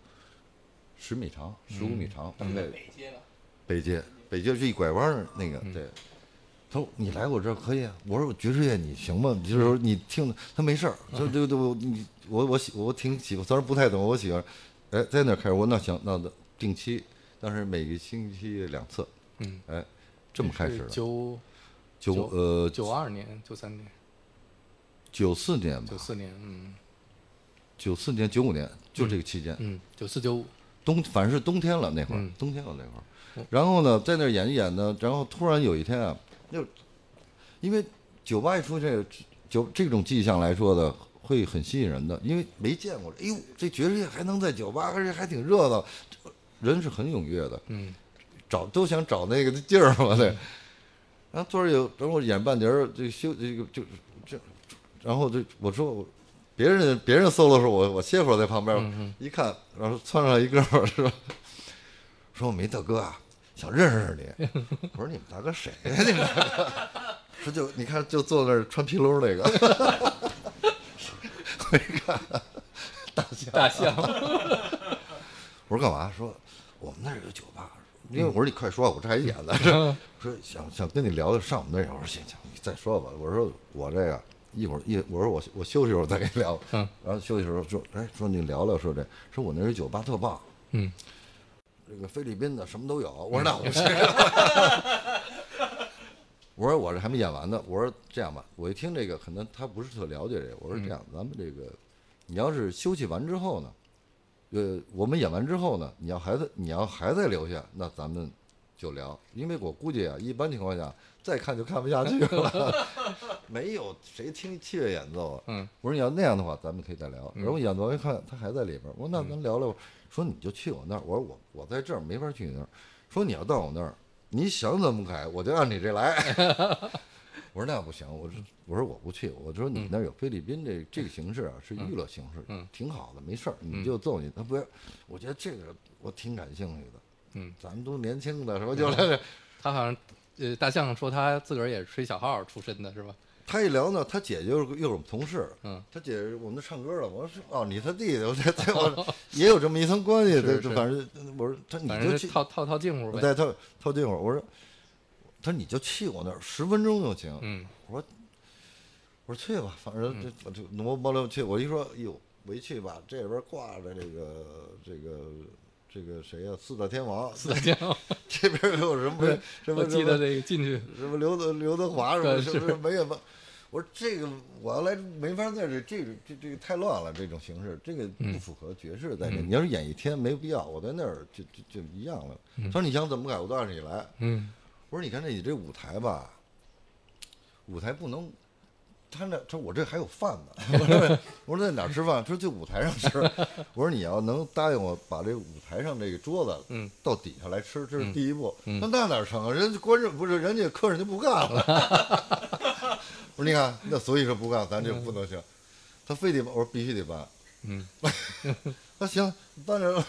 S3: 十米长十五米长，
S1: 嗯
S3: 大概
S4: 北街嘛，
S3: 北街，北街是一拐弯儿那个，
S1: 嗯
S3: 对。他说：“你来我这儿可以啊。”我说：“我爵士乐你行吗？”就是
S1: 嗯
S3: 说你听着，他没事儿。他说：“对对，我你我我喜我挺喜欢，虽然不太懂，我喜欢。”哎，在那儿开始，我说那行，那那定期，当时每个星期两次。
S1: 嗯，
S3: 哎，这么开始
S1: 是
S3: 的。
S1: 九
S3: 九
S1: 九
S3: 呃
S1: 九二年、九三年、
S3: 九四年吧
S1: 九，四年，嗯
S3: 九四年九五年就这个期间，
S1: 嗯，九四九五，
S3: 冬反正是冬天了那会儿，
S1: 嗯
S3: 冬天了那会儿。然后呢，在那儿演一演呢，然后突然有一天啊，就因为酒吧一出这个酒这种迹象来说的，会很吸引人的，因为没见过，哎呦，这爵士乐还能在酒吧，而且还挺热闹，人是很踊跃的，
S1: 嗯
S3: 找都想找那个劲儿嘛，对。然后突然有，等我演半截儿，这休这个就这，然后这我说我别人别人 solo 的时候，我我歇会儿在旁边儿，一看，然后窜上一哥们儿说 说我没大哥啊，想认识你。 我说你们大哥谁呀、你们大哥？说就你看就坐那儿穿皮褛那个，我一看
S1: 大象，
S3: 我说干嘛？说我们那儿有酒吧，因
S1: 嗯
S3: 为我说你快说，我这还演呢。 说说想想跟你聊聊，上我们那儿。我说行行，你再说吧。我说我这个一会儿一我说我我休息会儿再跟你聊。
S1: 嗯，
S3: 然后休息的时候说哎说你聊聊说这说我那儿有酒吧特棒，
S1: 嗯，
S3: 这个菲律宾的什么都有。我说那我去。我说我这还没演完呢，我说这样吧，我一听这个，可能他不是特了解这个，我说这样，
S1: 嗯
S3: 咱们这个，你要是休息完之后呢，呃，我们演完之后呢，你要还在你要还在留下，那咱们就聊，因为我估计啊，一般情况下再看就看不下去 了， 没有谁听器乐演奏啊。
S1: 嗯，
S3: 我说你要那样的话，咱们可以再聊。
S1: 嗯
S3: 然后演奏完一看他还在里边儿，我说那咱聊聊。说你就去我那儿，我说我我在这儿没法去你那儿。说你要到我那儿，你想怎么改我就按你这来。我说那不行，我说我说我不去，我说你那儿有菲律宾这这个形式啊，是娱乐形式，
S1: 嗯
S3: 挺好的，没事儿，
S1: 嗯
S3: 你就揍你。他不要，我觉得这个我挺感兴趣的。
S1: 嗯，
S3: 咱们都年轻的，什么就来这。
S1: 他好像呃，大象说他自个儿也是吹小号出身的是吧？
S3: 他一聊呢，他姐姐又是又是我们同事，
S1: 嗯，
S3: 他姐是我们那唱歌的，我说哦，你他弟弟，我说 对，我也有这么一层关系，
S1: 是
S3: 对，
S1: 是
S3: 反正我说他你
S1: 反
S3: 就
S1: 正是
S3: 去，
S1: 套套套近乎
S3: 我
S1: 呗。
S3: 带他他这会儿，我说他说你就去我那儿十分钟就行，
S1: 嗯
S3: 我说去吧，反正这我就挪包溜去。我一说，哟，我一去吧，这边挂着这个这个这个谁呀、四大天王，四大
S1: 天王，
S3: 这边又有什么什
S1: 我
S3: 么
S1: 记
S3: 什
S1: 得
S3: 么
S1: 这个进去，
S3: 什么刘德刘德华什么
S1: 对
S3: 什么没有吧？我说这个我要来没法在这这个这这个太乱了，这种形式这个
S1: 嗯
S3: 不符合爵士在这。你要是演一天没必要，我在那儿就就就一样了。他说你想怎么改，我都按你来。
S1: 嗯
S3: 我说你看这你这舞台吧，舞台不能，他那他说我这还有饭呢。 我说我说在哪儿吃饭？他说就舞台上吃。 我说你要能答应我把这舞台上这个桌子，
S1: 嗯，
S3: 到底下来吃，这是第一步。
S1: 嗯嗯
S3: 那那哪成啊？人家观众不是人家客人就不干了。 我说你看，那所以说不干，咱就不能行。他非得办，我说必须得办。
S1: 嗯
S3: 那行，当然了。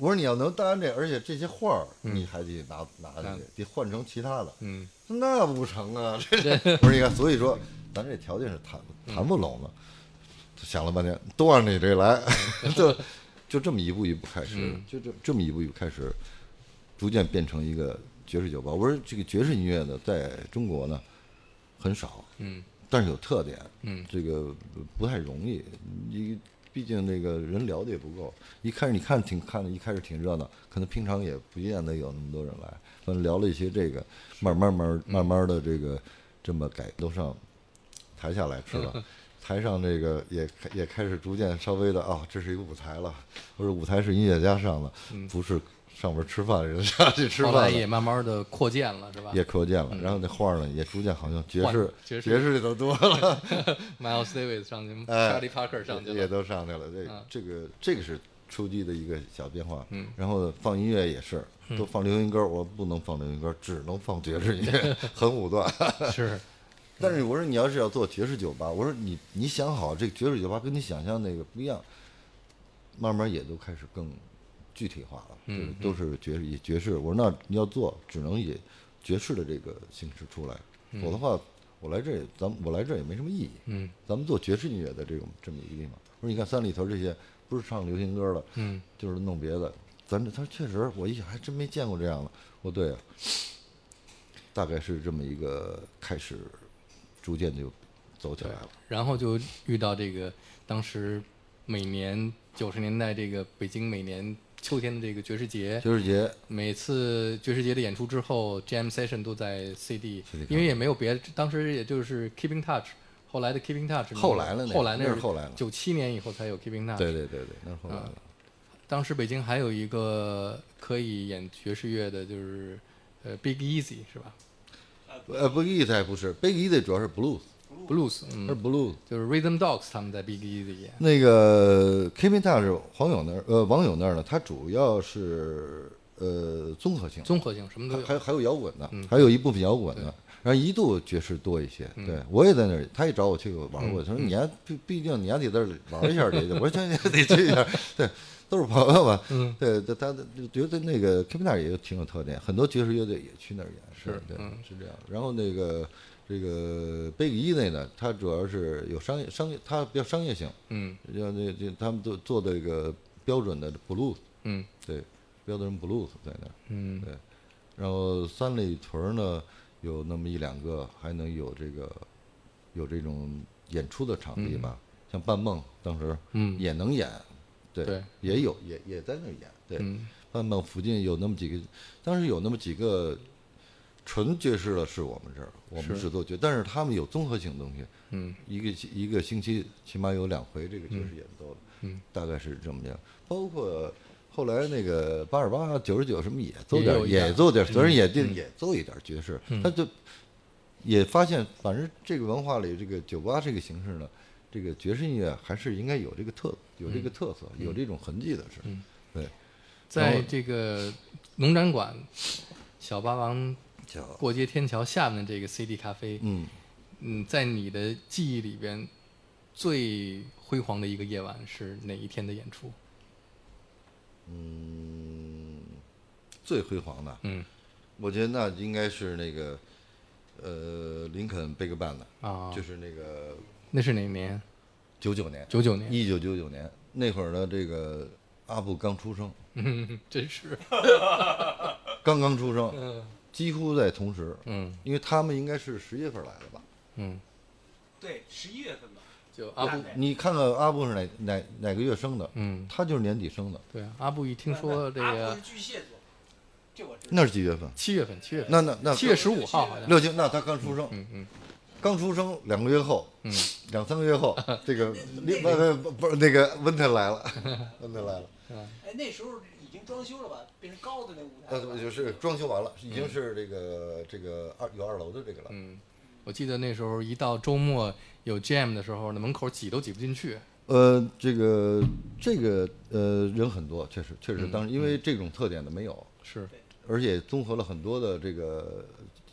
S3: 我说你要能答应这，而且这些画儿你还得拿、拿
S1: 嗯
S3: 去，得换成其他的。
S1: 嗯
S3: 那不成啊！这 不是你看，所以说咱这条件是谈谈不拢的。他想了半天，都按你这来， 就就这么一步一步开始
S1: 嗯，
S3: 就这这么一步一步开始，逐渐变成一个爵士酒吧。我说这个爵士音乐呢，在中国呢很少，
S1: 嗯
S3: 但是有特点，
S1: 嗯
S3: 这个呃不太容易。你毕竟这个人聊的也不够，一开始你看挺看的，一开始挺热闹，可能平常也不见得有那么多人来。反正聊了一些这个，慢慢慢
S1: 嗯
S3: 慢慢的这个这么改都上台下来吃 了。台上这个也开也开始逐渐稍微的啊、这是一个舞台了。我说舞台是音乐家上的，
S1: 嗯
S3: 不是上边吃饭的人 下去吃
S1: 后
S3: 饭
S1: 来
S3: 的。
S1: 也慢慢的扩建了是吧
S3: 也扩建了，然后那画儿呢也逐渐好像爵
S1: 啊嗯换
S3: 士
S1: 爵士
S3: 爵士里头多了，
S1: ？Miles Davis 上去
S3: 哎
S1: ，Charlie Parker 上去
S3: 也
S1: 了，
S3: 都上去了。这、
S1: 嗯
S3: 这个这个是初级的一个小变化。
S1: 嗯
S3: 然后放音乐也是，都放流行歌，我不能放流行歌，只能放爵士音 乐，很武断。
S1: 是
S3: 但是我说你要是要做爵士酒吧，我说你你想好这爵士酒吧跟你想象那个不一样，慢慢也都开始更具体化了，
S1: 嗯
S3: 就是都是爵士以爵士。我说那你要做，只能以爵士的这个形式出来，否则的话，我来这也咱们我来这也没什么意义。
S1: 嗯
S3: 咱们做爵士音乐的这种这么一个地方，我说你看三里屯这些不是唱流行歌了，
S1: 嗯
S3: 就是弄别的。咱这他确实，我一想还真没见过这样的。哦，对、啊，大概是这么一个开始，逐渐就走起来了。
S1: 然后就遇到这个当时每年九十年代这个北京每年秋天的这个爵士节，
S3: 爵士节，
S1: 每次爵士节的演出之后，jam session 都在 CD，
S3: CD
S1: 因为也没有别的，当时也就是 Keeping Touch，后来的 Keeping Touch，
S3: 后来了那个
S1: 后来
S3: 那是后来了
S1: 九七年以后才有 Keeping Touch。
S3: 对对对对，那是后来了。
S1: 当时北京还有一个可以演爵士乐的，就是呃 Big Easy 是吧
S3: 呃，Big E 还不是，Big E 的主要是 blues，
S1: ？Blues，
S3: 它是
S1: 嗯，
S3: blues。
S1: 就是 Rhythm Dogs 他们在 Big Easy 演。
S3: 那个 k i n t o 是黄勇那儿，呃，王勇那儿呢，他主要是呃综合性，
S1: 综合性什么都
S3: 还还
S1: 有，
S3: 有还有摇滚的，
S1: 嗯
S3: 还有一部分摇滚的，然后一度爵士多一些。对我也在那儿，他也找我去玩
S1: 嗯
S3: 过，他说你还毕毕竟你还得在这里玩一下去，我说行行得去一下，对，都是朋友嘛。
S1: 嗯，
S3: 对，他他觉得那个 K P 那儿也挺有特点，很多爵士乐队也去那儿演，
S1: 是
S3: 对，
S1: 嗯
S3: 是这样。然后那个这个贝里伊那呢，它主要是有商业商业，它比较商业性，
S1: 嗯
S3: 像那这他们做做这个标准的 blues，
S1: 嗯
S3: 对，标准 blues 在那儿。
S1: 嗯
S3: 对，然后三里屯儿呢有那么一两个，还能有这个有这种演出的场地吧，像半梦当时
S1: 嗯
S3: 也能演，对，
S1: 对
S3: 也有也也在那儿演，对，
S1: 嗯
S3: 半梦附近有那么几个，当时有那么几个纯爵士的是我们这儿，我们
S1: 是
S3: 只做爵，但是他们有综合性的东西，
S1: 嗯
S3: 一个星一个星期起码有两回这个爵士演奏的，
S1: 嗯，
S3: 大概是这么样。包括后来那个八二八、九十九什么也奏点
S1: 也有
S3: 儿，
S1: 一点
S3: 也奏点儿，
S1: 嗯
S3: 虽然也定
S1: 嗯
S3: 也奏一点儿爵士
S1: 嗯，
S3: 他就也发现，反正这个文化里，这个酒吧这个形式呢，这个爵士音乐还是应该有这个特有这个特色，有这种痕迹的是，
S1: 嗯
S3: 对。然
S1: 在
S3: 后
S1: 这个农展馆小霸王
S3: 叫
S1: 过街天桥下面的这个 CD 咖啡，
S3: 嗯，
S1: 嗯，在你的记忆里边，最辉煌的一个夜晚是哪一天的演出？
S3: 嗯最辉煌的，
S1: 嗯
S3: 我觉得那应该是那个，呃，林肯贝克办的，
S1: 啊，
S3: 就是那个
S1: 那是哪年？
S3: 九九年，
S1: 九九年，
S3: 一九九九年那会儿呢，这个阿布刚出生，
S1: 嗯，真是，
S3: 刚刚出生，
S1: 嗯
S3: 几乎在同时，
S1: 嗯
S3: 因为他们应该是十月份来的吧？
S1: 嗯，
S4: 对，十一月份吧，
S1: 就阿布
S4: 对，
S3: 你看看阿布是哪哪哪个月生的？
S1: 嗯，
S3: 他就是年底生的，
S1: 对啊，阿布一听说这
S4: 阿波
S1: 个
S4: 是巨蟹座，这我知道。
S3: 那是几月份？
S1: 七月份，七月份，
S3: 那那那
S1: 七月十五号好像，
S3: 六七，那他刚出生，
S1: 嗯嗯
S3: 刚出生两个月后，
S1: 嗯
S3: 两三个月 后，这个林不不不那个温特来了，温特来了。
S4: 哎，那时候已经装修了吧，变成高的那舞台
S1: 呃
S3: 那
S4: 了吧。
S3: 就是装修完了，已经是这个这个二有二楼的这个了。
S1: 嗯，我记得那时候一到周末有 jam 的时候，那门口挤都挤不进去，
S3: 呃，这个这个呃人很多，确实确
S1: 嗯
S3: 实当时因为这种特点的没有，
S1: 是，
S3: 而且综合了很多的这个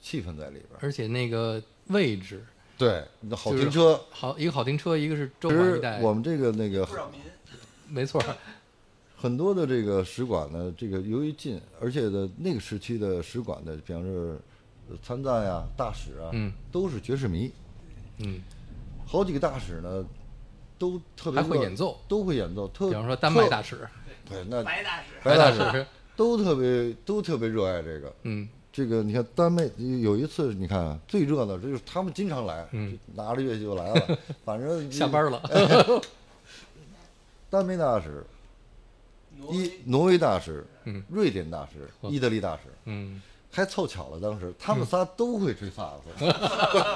S3: 气氛在里边儿。
S1: 而且那个位置
S3: 对，那好
S1: 嗯就是
S3: 停车。
S1: 好，一个好停车，一个是周
S3: 其
S1: 环一
S3: 实
S1: 带，
S3: 我们这个那个
S4: 不扰民，
S1: 没 错儿，
S3: 很多的这个使馆呢，这个由于近，而且呢那个时期的使馆的，比方说呃参赞呀、大使啊，
S1: 嗯
S3: 都是爵士迷，
S1: 嗯，
S3: 好几个大使呢，都特别
S1: 还会
S3: 热
S1: 演奏，
S3: 都会演奏，特
S1: 比方说丹麦大
S3: 使，
S1: 使，
S3: 对，
S1: 呃
S3: 那
S4: 白大使，
S3: 白
S1: 大
S3: 大
S1: 使，
S3: 都特别都特别热爱这个。
S1: 嗯
S3: 这个你看，丹麦有一次，你看啊最热闹，这就是他们经常来，
S1: 嗯
S3: 就拿着乐器就 来了。反正
S1: 下班了，
S3: 了，丹麦大使、
S4: 挪
S3: 一
S4: 威
S3: 挪威大使、
S1: 嗯哦
S3: 瑞典大使、
S1: 呵
S3: 意大利大使，
S1: 嗯
S3: 还凑巧了，当时他们仨都会吹萨克斯， 不是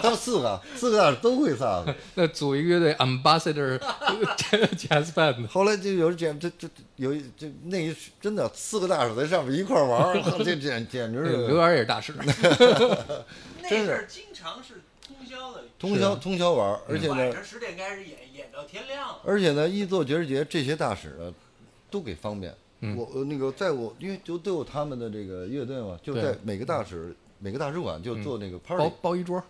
S3: 他们四个啊四个大使都会萨克斯。
S1: 那组一个乐队 Ambassador Jazz Band，
S3: 后来就有人简这这这有一这那一真的四个大使在上面一块儿玩儿， 这简简直
S1: 那
S3: 是
S1: 个刘源也是 大使，
S4: 那
S3: 真是
S4: 阵儿经常是通宵的，
S3: 通宵
S1: 啊
S3: 通宵玩
S1: 嗯
S3: 儿，而且
S4: 晚
S3: 呢，
S4: 上十点开始演，演到天亮。
S3: 而且呢，一做爵士节，这些大使呢，都给方便。
S1: 嗯
S3: 我呃那个在我因为就都有他们的这个乐队嘛，就
S1: 对嗯
S3: 在每个大使每个大使馆就做那个
S1: 包
S3: party，、
S1: 包一桌，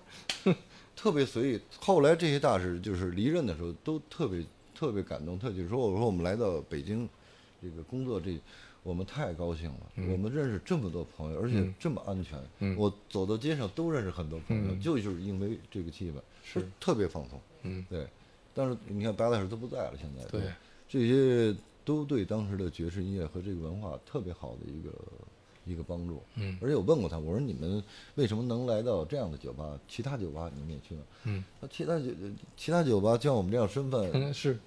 S3: 特别随意。后来这些大使就是离任的时候，都特别特别感动，特就是说我说我们来到北京，这个工作这。我们太高兴了，我们认识这么多朋友，而且
S1: 嗯
S3: 这么安全。
S1: 嗯
S3: 我走到街上都认识很多朋友，
S1: 嗯
S3: 就是因为这个气氛，
S1: 是
S3: 特别放松。
S1: 嗯，
S3: 对，但是你看白大师都不在了，现在
S1: 对，
S3: 这些都对当时的爵士音乐和这个文化特别好的一个一个帮助。
S1: 嗯
S3: 而且我问过他，我说你们为什么能来到这样的酒吧？其他酒吧你们也去吗？
S1: 嗯，
S3: 那其他酒其他酒吧像我们这样身份
S1: 嗯是，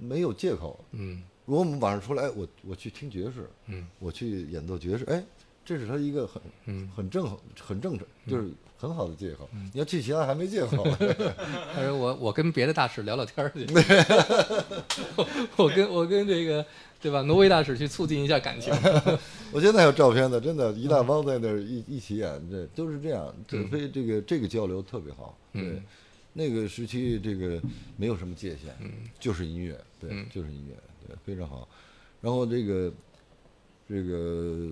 S3: 没有借口。
S1: 嗯
S3: 如果我们晚上出来，我我去听爵士，
S1: 嗯
S3: 我去演奏爵士，哎，这是他一个很
S1: 嗯，
S3: 很正很正常，就是很好的借口。你要去其他还没借 口，
S1: 他说我我跟别的大使聊聊天儿去，我跟我跟这个对吧，挪威大使去促进一下感情，
S3: 我现在有照片呢，真的，一大
S1: 嗯
S3: 帮在那儿一一起演，这都是这样，这非这个这个交流特别好。对
S1: 嗯，
S3: 那个时期这个没有什么界限，就是音乐，对
S1: 嗯，
S3: 就是音乐，对，非常好。然后这个这个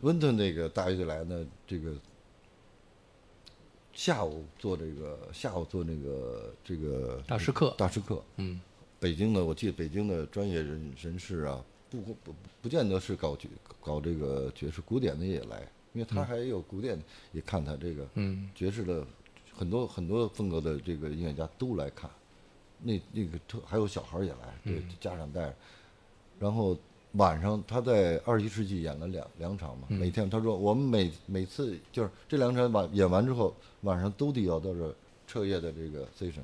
S3: 温顿那个大乐队来呢，这个下午做这个下午做那个这个
S1: 大师课，
S3: 大师课，
S1: 嗯
S3: 北京的，我记得北京的专业人人士啊，不不不不见得是搞爵搞这个爵士古典的也来，因为他还有古典，也看他这个
S1: 嗯
S3: 爵士的很多很多风格的这个音乐家都来看，那那个特还有小孩儿也来，对，家长带着，然后。晚上他在二十一世纪演了两两场嘛，每天他说我们每每次就是这两场晚演完之后，晚上都得要到这彻夜的这个 session，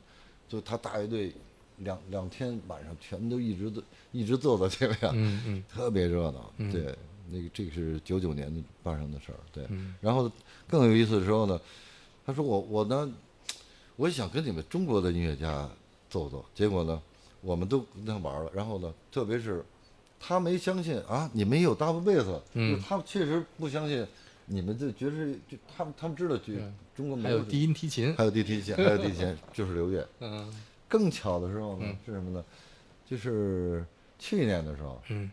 S3: 就他大乐队两 两天晚上全都一直都一直坐到这边，
S1: 嗯嗯，
S3: 特别热闹。对，那个这个是九九年的发生的事儿，对。
S1: 嗯
S3: 然后更有意思的时候呢，他说我我呢，我也想跟你们中国的音乐家奏奏，结果呢，我们都跟他玩了，然后呢，特别是他没相信啊，你们也有 double bass，、
S1: 嗯
S3: 就是他确实不相信你们这爵士，就他们他们知道爵
S1: 对
S3: 中国没
S1: 还有
S3: 这
S1: 低音提琴，
S3: 还有地提琴，还有地提琴，就是刘烨。
S1: 嗯
S3: 更巧的时候呢
S1: 嗯
S3: 是什么呢？就是去年的时候，
S1: 嗯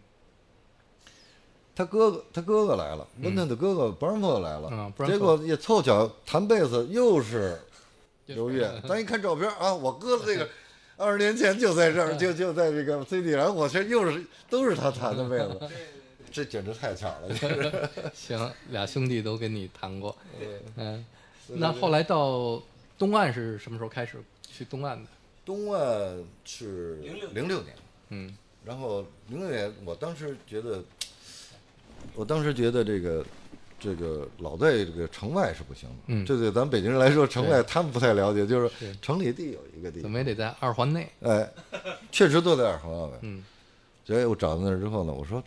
S3: 他哥哥他哥哥来了，温顿的哥哥 b r a n f o r 来
S1: 嗯啊
S3: 了，
S1: ，Branford
S3: 结果也凑巧弹贝斯又是刘
S1: 就是
S3: 烨。咱一看照片啊，我哥这个二十年前就在这儿， 就就在这个 CD 上，我这又是都是他弹的贝斯，这简直太巧了。 就是
S1: 行，俩兄弟都跟你谈过，嗯，那后来到东岸是什么时候开始去东岸的？
S3: 东岸是
S4: 06
S3: 零六年，
S1: 嗯
S3: 然后零六年，我当时觉得，我当时觉得这个这个老在这个城外是不行的。
S1: 嗯
S3: 这对咱们北京人来说，城
S1: 对
S3: 外他们不太了解，就是
S1: 是
S3: 城里地有一个地
S1: 怎
S3: 方，
S1: 么也得在二环内，
S3: 哎，确实都在二环外。
S1: 嗯
S3: 所以我找到那儿之后呢，我说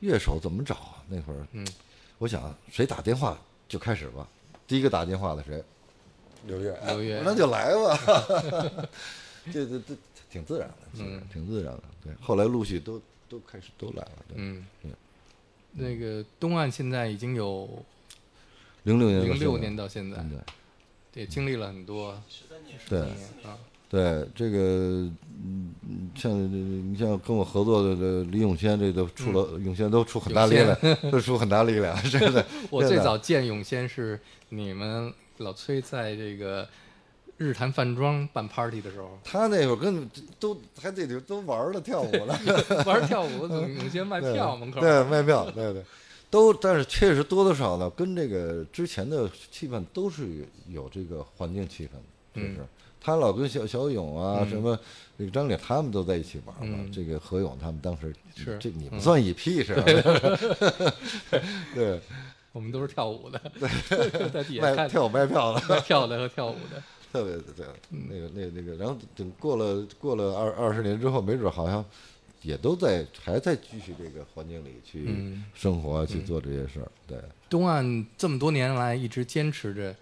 S3: 乐手怎么找啊？那会儿，
S1: 嗯，
S3: 我想谁打电话就开始吧。第一个打电话的谁？刘月。
S1: 刘烨
S3: 哎那就来 吧。 这这这挺自然的，挺自
S1: 嗯
S3: 然挺自然的。对，后来陆续都都开始都来了。对，
S1: 嗯
S3: 对，
S1: 那个东岸现在已经有
S3: 零六年到
S1: 零六
S3: 现在
S1: 年到现在，
S3: 嗯对
S1: 也经历了很多
S4: 十三年，
S3: 对
S1: 啊，
S3: 对，这个嗯，嗯像这你像跟我合作的这李永先，这都出了
S1: 嗯
S3: 永先都出很大力量，都出很大力量，真的。
S1: 我
S3: 真
S1: 最
S3: 的，
S1: 早见永先是你们老崔在这个日坛饭庄办 party 的时候
S3: 他那会儿跟都还得都玩儿了跳舞了，
S1: 玩跳舞，永永先卖
S3: 对
S1: 票门口，
S3: 对卖票，对对，都但是确实多多少少跟这个之前的气氛都是有这个环境气氛的，确
S1: 嗯
S3: 实。他老跟小小勇啊，什么这个张磊他们都在一起玩嘛，
S1: 嗯
S3: 这个何勇他们当时
S1: 是
S3: 这你不
S1: 嗯
S3: 算一 批是吧？啊 对，
S1: 我们都是跳舞的， 在底下
S3: 卖
S1: 看
S3: 跳舞卖票了，
S1: 卖票的和跳舞的，
S3: 特别对，
S1: 嗯
S3: 那个那个那个，然后等过了过了二二十年之后，没准好像也都在还在继续这个环境里去
S1: 嗯，
S3: 生活、啊去做这些事儿。对，
S1: 东岸这么多年来一直坚持着，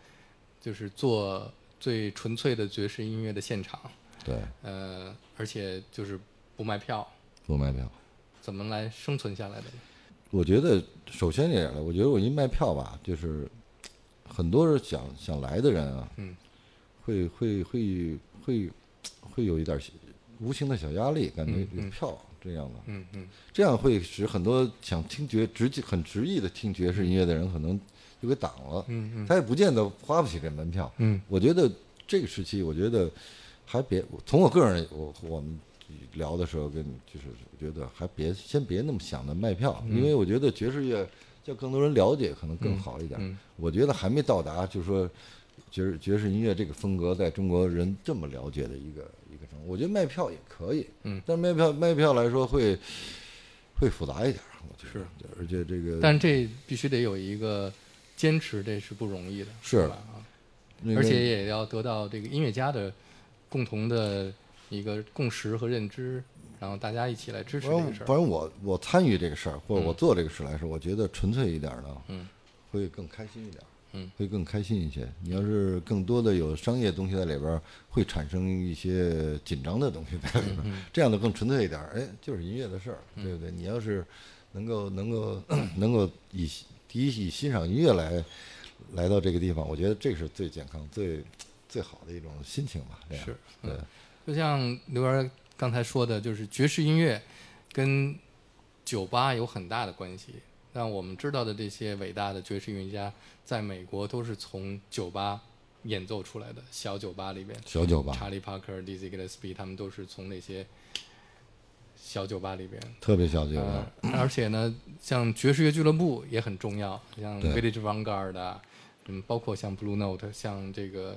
S1: 就是做最纯粹的爵士音乐的现场，
S3: 对，
S1: 呃，而且就是不卖票，
S3: 不卖票。
S1: 怎么来生存下来的呢？
S3: 我觉得首先这样了，我觉得我一卖票吧，就是很多人想想来的人啊，
S1: 嗯，
S3: 会会会会会有一点儿无形的小压力，感觉
S1: 嗯
S3: 有
S1: 嗯
S3: 票这样的。
S1: 嗯嗯
S3: 这样会使很多想听爵直接很执意的听爵士音乐的人，可能就给挡了。
S1: 嗯嗯
S3: 他也不见得花不起这门票。
S1: 嗯
S3: 我觉得这个时期，我觉得还别从我个人，我我们聊的时候跟你就是，我觉得还别先别那么想着卖票，
S1: 嗯
S3: 因为我觉得爵士乐叫更多人了解，可能更好一点。
S1: 嗯
S3: 我觉得还没到达，就是说爵士爵士音乐这个风格在中国人这么了解的一个一个程度。我觉得卖票也可以，
S1: 嗯，
S3: 但是卖票卖票来说会会复杂一点，我觉得，而且这个
S1: 但这必须得有一个坚持，这是不容易的，
S3: 是
S1: 吧？啊，
S3: 那个
S1: 而且也要得到这个音乐家的共同的一个共识和认知，然后大家一起来支持
S3: 反
S1: 这
S3: 正
S1: 个事
S3: 反
S1: 儿。
S3: 正我我参与这个事儿，或者
S1: 嗯
S3: 我做这个事来说，我觉得纯粹一点呢，
S1: 嗯，
S3: 会更开心一点，
S1: 嗯，
S3: 会更开心一些。你要是更多的有商业东西在里边儿，会产生一些紧张的东西在里边
S1: 嗯
S3: 儿，这样的更纯粹一点儿。哎，就是音乐的事儿，对不对？你要是能够能够 能够以第一以欣赏音乐来来到这个地方，我觉得这是最健康、最最好的一种心情吧。这样
S1: 是，
S3: 对，
S1: 就像刘源刚才说的，就是爵士音乐跟酒吧有很大的关系。但我们知道的这些伟大的爵士音乐家，在美国都是从酒吧演奏出来的，小酒吧里边。
S3: 小酒吧，
S1: 查理·帕克、Dizzy Gillespie 他们都是从那些小酒吧里边。
S3: 特别小酒吧
S1: 呃，，而且呢，像爵士乐俱乐部也很重要，像
S3: 对
S1: Village Vanguard 啊，嗯，包括像 Blue Note，像这个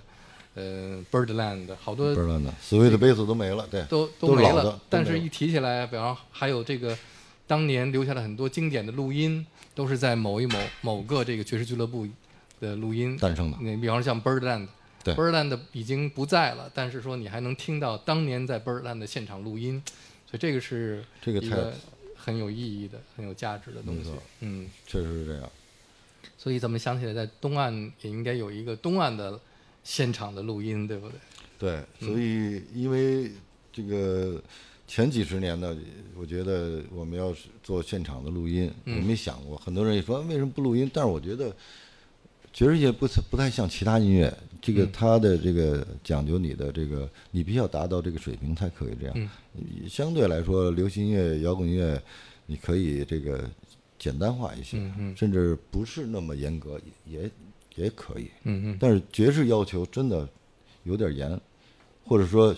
S1: 呃 Birdland，好多
S3: 不知道呢。所谓的杯子都没了，对，
S1: 都
S3: 都
S1: 没
S3: 老的
S1: 了
S3: 都。
S1: 但
S3: 没
S1: 是，
S3: 了
S1: 一提起来，比方还有这个当年留下了很多经典的录音，都是在某一某某个这个爵士俱乐部的录音
S3: 诞生的。
S1: 你比方说像 Birdland，
S3: 对
S1: Birdland 已经不在了，但是说你还能听到当年在 Birdland 的现场录音，所以这个是
S3: 这个
S1: 一
S3: 太
S1: 个很有意义的、很有价值的东西
S3: 没错。
S1: 嗯，
S3: 确实是这样。
S1: 所以咱们想起来，在东岸也应该有一个东岸的现场的录音，对不对？
S3: 对，
S1: 嗯
S3: 所以因为这个前几十年呢，我觉得我们要是做现场的录音，
S1: 嗯
S3: 我没想过。很多人也说为什么不录音，但是我觉得爵士乐不是不太像其他音乐，这
S1: 嗯
S3: 个它的这个讲究你的这个，你必须要达到这个水平才可以这样。
S1: 嗯
S3: 相对来说，流行音乐、摇滚乐，你可以这个简单化一些，
S1: 嗯
S3: 甚至不是那么严格也也可以。
S1: 嗯嗯
S3: 但是爵士要求真的有点严，或者说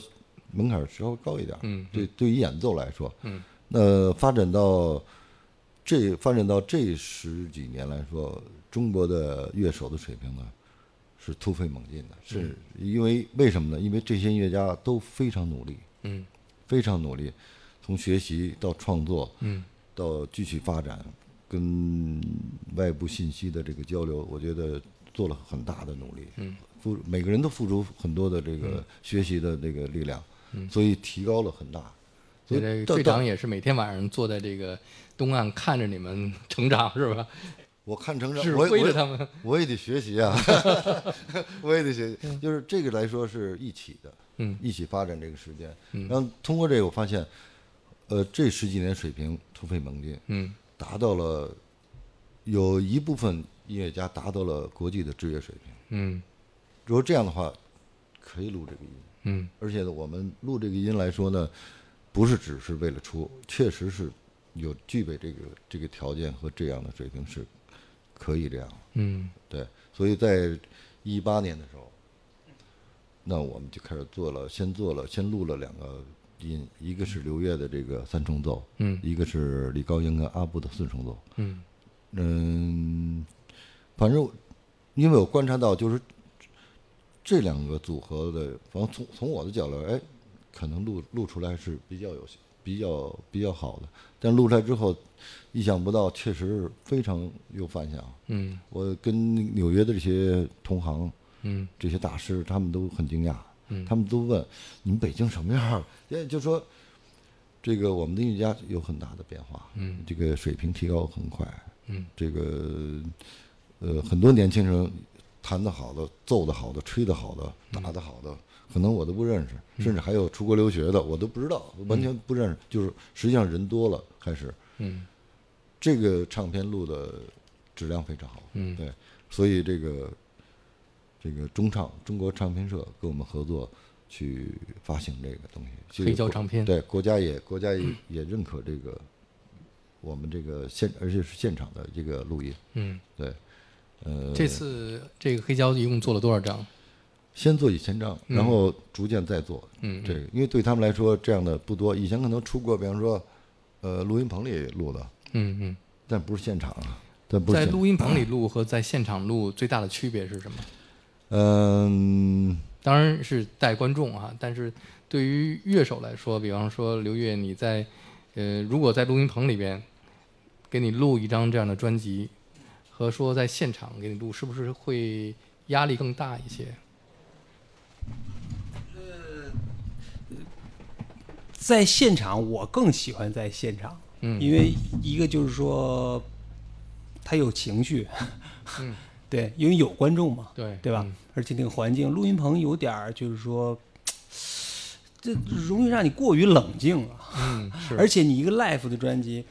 S3: 门槛儿稍微高一点儿。
S1: 嗯
S3: 对，对于演奏来说，
S1: 嗯，
S3: 那发展到这发展到这十几年来说，中国的乐手的水平呢是突飞猛进的，是因为为什么呢？因为这些音乐家都非常努力，
S1: 嗯
S3: 非常努力，从学习到创作，
S1: 嗯
S3: 到继续发展，跟外部信息的这个交流，我觉得做了很大的努力。
S1: 嗯，
S3: 付每个人都付出很多的这个学习的这个力量，
S1: 嗯
S3: 所以提高了很大。所
S1: 所以
S3: 以
S1: 这
S3: 到
S1: 个队
S3: 到
S1: 长也是每天晚上坐在这个东岸看着你们成长，是吧？
S3: 我看成长，
S1: 指
S3: 我也
S1: 挥
S3: 我
S1: 着
S3: 也
S1: 他们。
S3: 我也得学 习啊，我也得学习。就是这个来说是一起的，
S1: 嗯
S3: 一起发展这个时间。
S1: 嗯
S3: 然后通过这个，我发现，呃，这十几年水平突飞猛进，
S1: 嗯
S3: 达到了有一部分音乐家达到了国际的制约水平。
S1: 嗯
S3: 如果这样的话，可以录这个音，
S1: 嗯
S3: 而且呢，我们录这个音来说呢，不是只是为了出，确实是有具备这个这个条件和这样的水平是可以这样的。
S1: 嗯
S3: 对，所以在一八年的时候，那我们就开始做了，先做了，先录了两个音，一个是刘烨的这个三重奏，
S1: 嗯
S3: 一个是李高英跟阿布的四重奏。
S1: 嗯
S3: 嗯，反正我因为我观察到，就是这两个组合的，反正从从我的角度来，哎，可能录录出来是比较有比较比较好的，但录出来之后，意想不到，确实非常有反响。
S1: 嗯
S3: 我跟纽约的这些同行、
S1: 嗯
S3: 这些大师，他们都很惊讶，
S1: 嗯
S3: 他们都问你们北京什么样儿？也就说，这个我们的音乐家有很大的变化，
S1: 嗯
S3: 这个水平提高很快，
S1: 嗯，
S3: 这个呃，很多年轻人弹得好的、奏得好的、吹得好的、
S1: 嗯
S3: 打得好的，可能我都不认识，甚至还有出国留学的，我都不知道，完全不认识。就是实际上人多了，开始
S1: 嗯
S3: 这个唱片录的质量非常好，
S1: 嗯
S3: 对，所以这个这个中唱中国唱片社跟我们合作去发行这个东西，这个
S1: 黑胶
S3: 国
S1: 唱片
S3: 对国家也国家也也认可这个我们这个现而且是现场的这个录音，
S1: 嗯。
S3: 对，呃，
S1: 这次这个黑胶一共做了多少张？
S3: 先做一千张，然后逐渐再做，
S1: 嗯，
S3: 这个，因为对他们来说这样的不多，以前可能出过，比方说呃录音棚里录的，
S1: 嗯嗯，
S3: 但不是现场啊，但不是
S1: 在
S3: 现场
S1: 录音棚里录和在现场录最大的区别是什么？
S3: 嗯。
S1: 当然是带观众啊，但是对于乐手来说，比方说刘烨，你在呃，如果在录音棚里边给你录一张这样的专辑，和说在现场给你录，是不是会压力更大一些？
S2: 在现场，我更喜欢在现场，
S1: 嗯
S2: 因为一个就是说，他有情绪，
S1: 嗯
S2: 对，因为有观众嘛，
S1: 对嗯
S2: 对吧？？而且那个环境，录音棚有点儿就是说，这容易让你过于冷静了。
S1: 嗯，是，
S2: 而且你一个 l i f e 的专辑，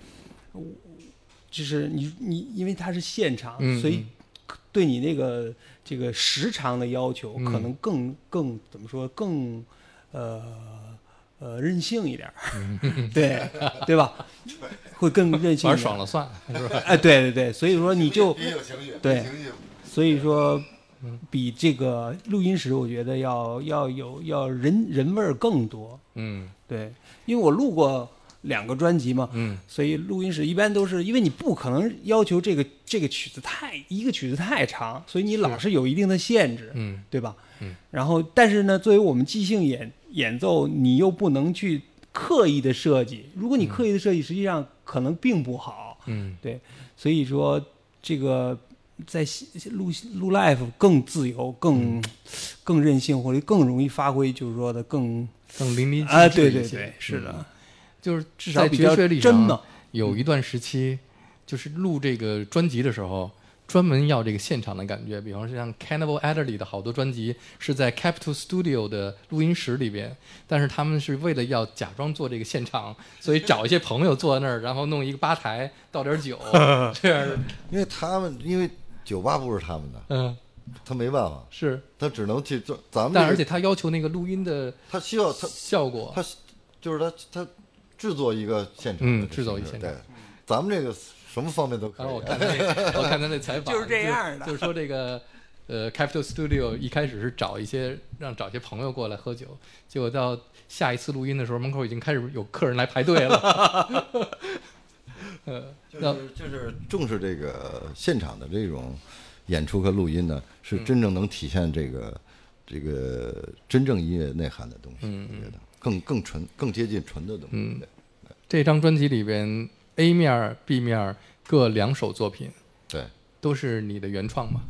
S2: 我就是你你因为它是现场，
S1: 嗯
S2: 所以对你那个这个时长的要求
S1: 嗯
S2: 可能更、更怎么说更呃呃任性一点儿， 对对吧？会更任性一点儿
S1: 玩爽了算，是吧？
S2: 哎，对对对，所以说你就
S3: 也有情绪，
S2: 对
S3: 情绪
S2: 所以说。
S1: 嗯
S2: 比这个录音室，我觉得要要有要人人味儿更多，
S1: 嗯
S2: 对，因为我录过两个专辑嘛，
S1: 嗯
S2: 所以录音室一般都是因为你不可能要求这个这个曲子太一个曲子太长，所以你老是有一定的限制，
S1: 嗯
S2: 对吧？
S1: 嗯。
S2: 然后，但是呢，作为我们即兴演演奏，你又不能去刻意的设计。如果你刻意的设计，实际上可能并不好。
S1: 嗯
S2: 所以说，这个在西录录 live 更自由，
S1: 嗯
S2: 更、更任性，或者更容易发挥，就是说的更
S1: 更淋漓
S2: 啊，
S1: 尽致
S2: 对
S1: 一
S2: 对
S1: 些
S2: 对，是的，
S1: 就是
S2: 至
S1: 在
S2: 少比
S1: 爵
S2: 较
S1: 士历史
S2: 真
S1: 上
S2: 嘛。
S1: 有一段时期，就是录这个专辑的时候，专门要这个现场的感觉。比方说像 Cannibal Adderley 的好多专辑是在 Capitol Studio 的录音室里边，但是他们是为了要假装做这个现场，所以找一些朋友坐在那儿，然后弄一个吧台倒点 酒，这样儿，
S3: 因为他们因为酒吧不是他们的，
S1: 嗯，
S3: 他没办法，
S1: 是。
S3: 他只能去做咱们这个。
S1: 但而且他要求那个录音的
S3: 他需要他
S1: 效果，
S3: 他就是他他制作一个现场的这
S1: 嗯制作一
S3: 形式
S1: 现场
S3: 对，咱们这个什么方面都 可
S1: 然后我
S3: 以。啊
S1: 看他那，我看他那采访，
S2: 就是这样的
S1: 就是说这个，呃，Capital Studio 一开始是找一些让找一些朋友过来喝酒，结果到下一次录音的时候，门口已经开始有客人来排队 了。呃，
S3: 就
S1: 那
S3: 是就是重视这个现场的这种演出和录音呢，是真正能体现这个这个真正音乐内涵的东西。我觉得更更纯、更接近纯的东西。
S1: 嗯这张专辑里边 A 面儿、B 面儿各两首作品
S3: 对，
S1: 都是你的原创嘛？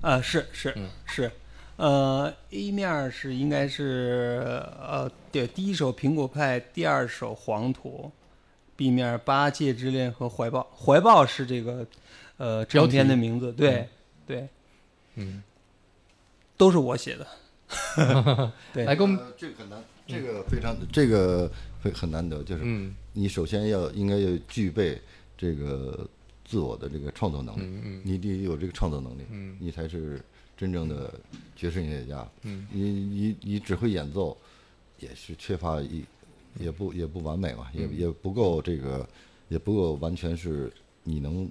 S2: 呃，是是
S1: 嗯
S2: 是，呃，A 面儿是应该是呃，对，第一首《苹果派》，第二首《黄土》，B 面儿《八戒之恋》和《怀抱》，《怀抱》是这个呃
S1: 标
S2: 唱
S1: 题
S2: 片的名字，对对，
S1: 嗯，
S2: 都是我写的。对
S1: 来给我们，
S3: 呃这个很难，这个非常这个会很难得，就是
S1: 嗯
S3: 你首先要应该要具备这个自我的这个创作能力，
S1: 嗯
S3: 你得有这个创作能力，你才是真正的爵士音乐家。
S1: 嗯
S3: 你你你只会演奏，也是缺乏一也不也不完美嘛，
S1: 嗯
S3: 也也不够这个，也不够完全是你能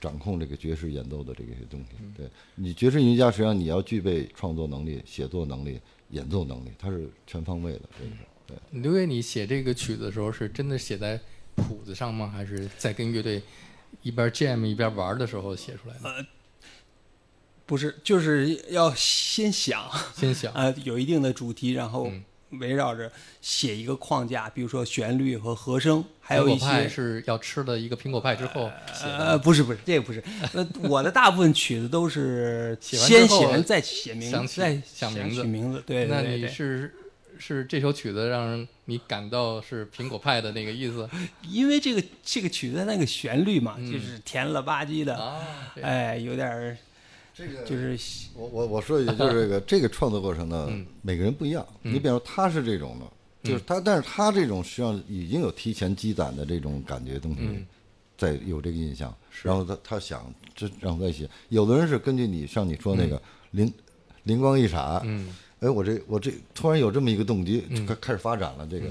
S3: 掌控这个爵士演奏的这个东西。
S1: 嗯
S3: 对你爵士音乐家，实际上你要具备创作能力、写作能力、演奏能力，它是全方位的，这个是对。
S1: 刘烨，你写这个曲子的时候是真的写在谱子上吗？还是在跟乐队一边 jam 一边玩儿的时候写出来的？
S2: 不是，就是要先想，
S1: 先想，
S2: 呃，有一定的主题，然后
S1: 嗯
S2: 围绕着写一个框架，比如说旋律和和声，还有
S1: 苹
S2: 一
S1: 果派
S2: 些
S1: 是要吃了一个苹果派之后写的，
S2: 呃，不是不是，这个不是。呃，我的大部分曲子都是
S1: 写完
S2: 先
S1: 之后
S2: 写完再写名
S1: 想
S2: 字，
S1: 起
S2: 再
S1: 想名字
S2: 取名字。对，
S1: 那
S2: 对
S1: 你
S2: 对
S1: 是是这首曲子让你感到是苹果派的那个意思
S2: 因为这个这个曲子那个旋律嘛，就是甜了吧唧的，
S1: 嗯啊？这样
S2: 哎，有点儿
S3: 这个
S2: 就是
S3: 我我我说一句，就是这个这个创作过程呢，每个人不一样。你比方说他是这种的，就是他，但是他这种实际上已经有提前积攒的这种感觉东西，在有这个印象，然后他他想这然后再写。有的人是根据你像你说那个灵灵光一闪，
S1: 嗯，
S3: 哎，我这我这突然有这么一个动机，就开开始发展了。这个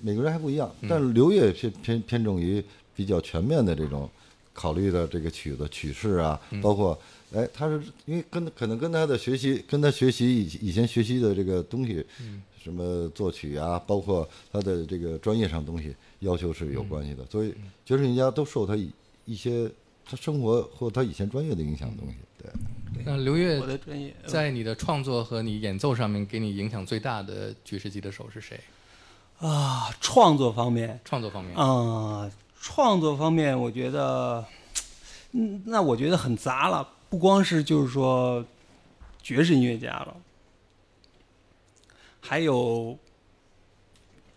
S3: 每个人还不一样，但是刘烨偏偏偏重于比较全面的这种考虑的这个曲子曲式啊，包括哎，他是因为跟可能跟他的学习，跟他学习以以前学习的这个东西，什么作曲啊，包括他的这个专业上东西要求是有关系的，所以爵士音乐家都受他一一些他生活或他以前专业的影响的东西，对。
S1: 那刘
S2: 我
S1: 烨
S2: 的呃专业。
S1: 在你的创作和你演奏上面给你影响最大的爵士吉他手是谁？
S2: 啊，创作方面，
S1: 创作方面，
S2: 啊、创作方面，我觉得，嗯，那我觉得很杂了，不光是就是说爵士音乐家了，还有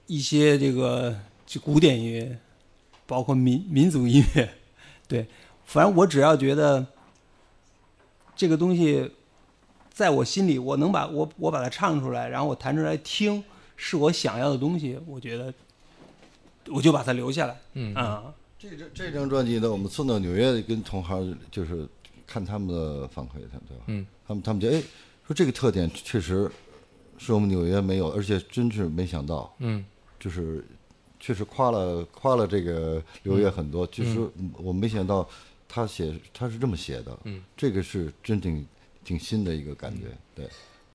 S2: 一些这个就古典音乐，包括民民族音乐， 对，反正我只要觉得这个东西在我心里，我能把我我把它唱出来，然后我弹出来听，是我想要的东西，我觉得我就把它留下来。
S1: 嗯
S2: 啊，
S3: 这张这张专辑呢，我们送到纽约跟同行，就是看他们的反馈，他们对吧？
S1: 嗯，
S3: 他们他们觉得哎，说这个特点确实是我们纽约没有，而且真是没想到，
S1: 嗯
S3: 就是确实夸了夸了这个刘
S1: 嗯
S3: 烨很多，就是我没想到他写他是这么写的，
S1: 嗯，
S3: 这个是真挺挺新的一个感觉，对，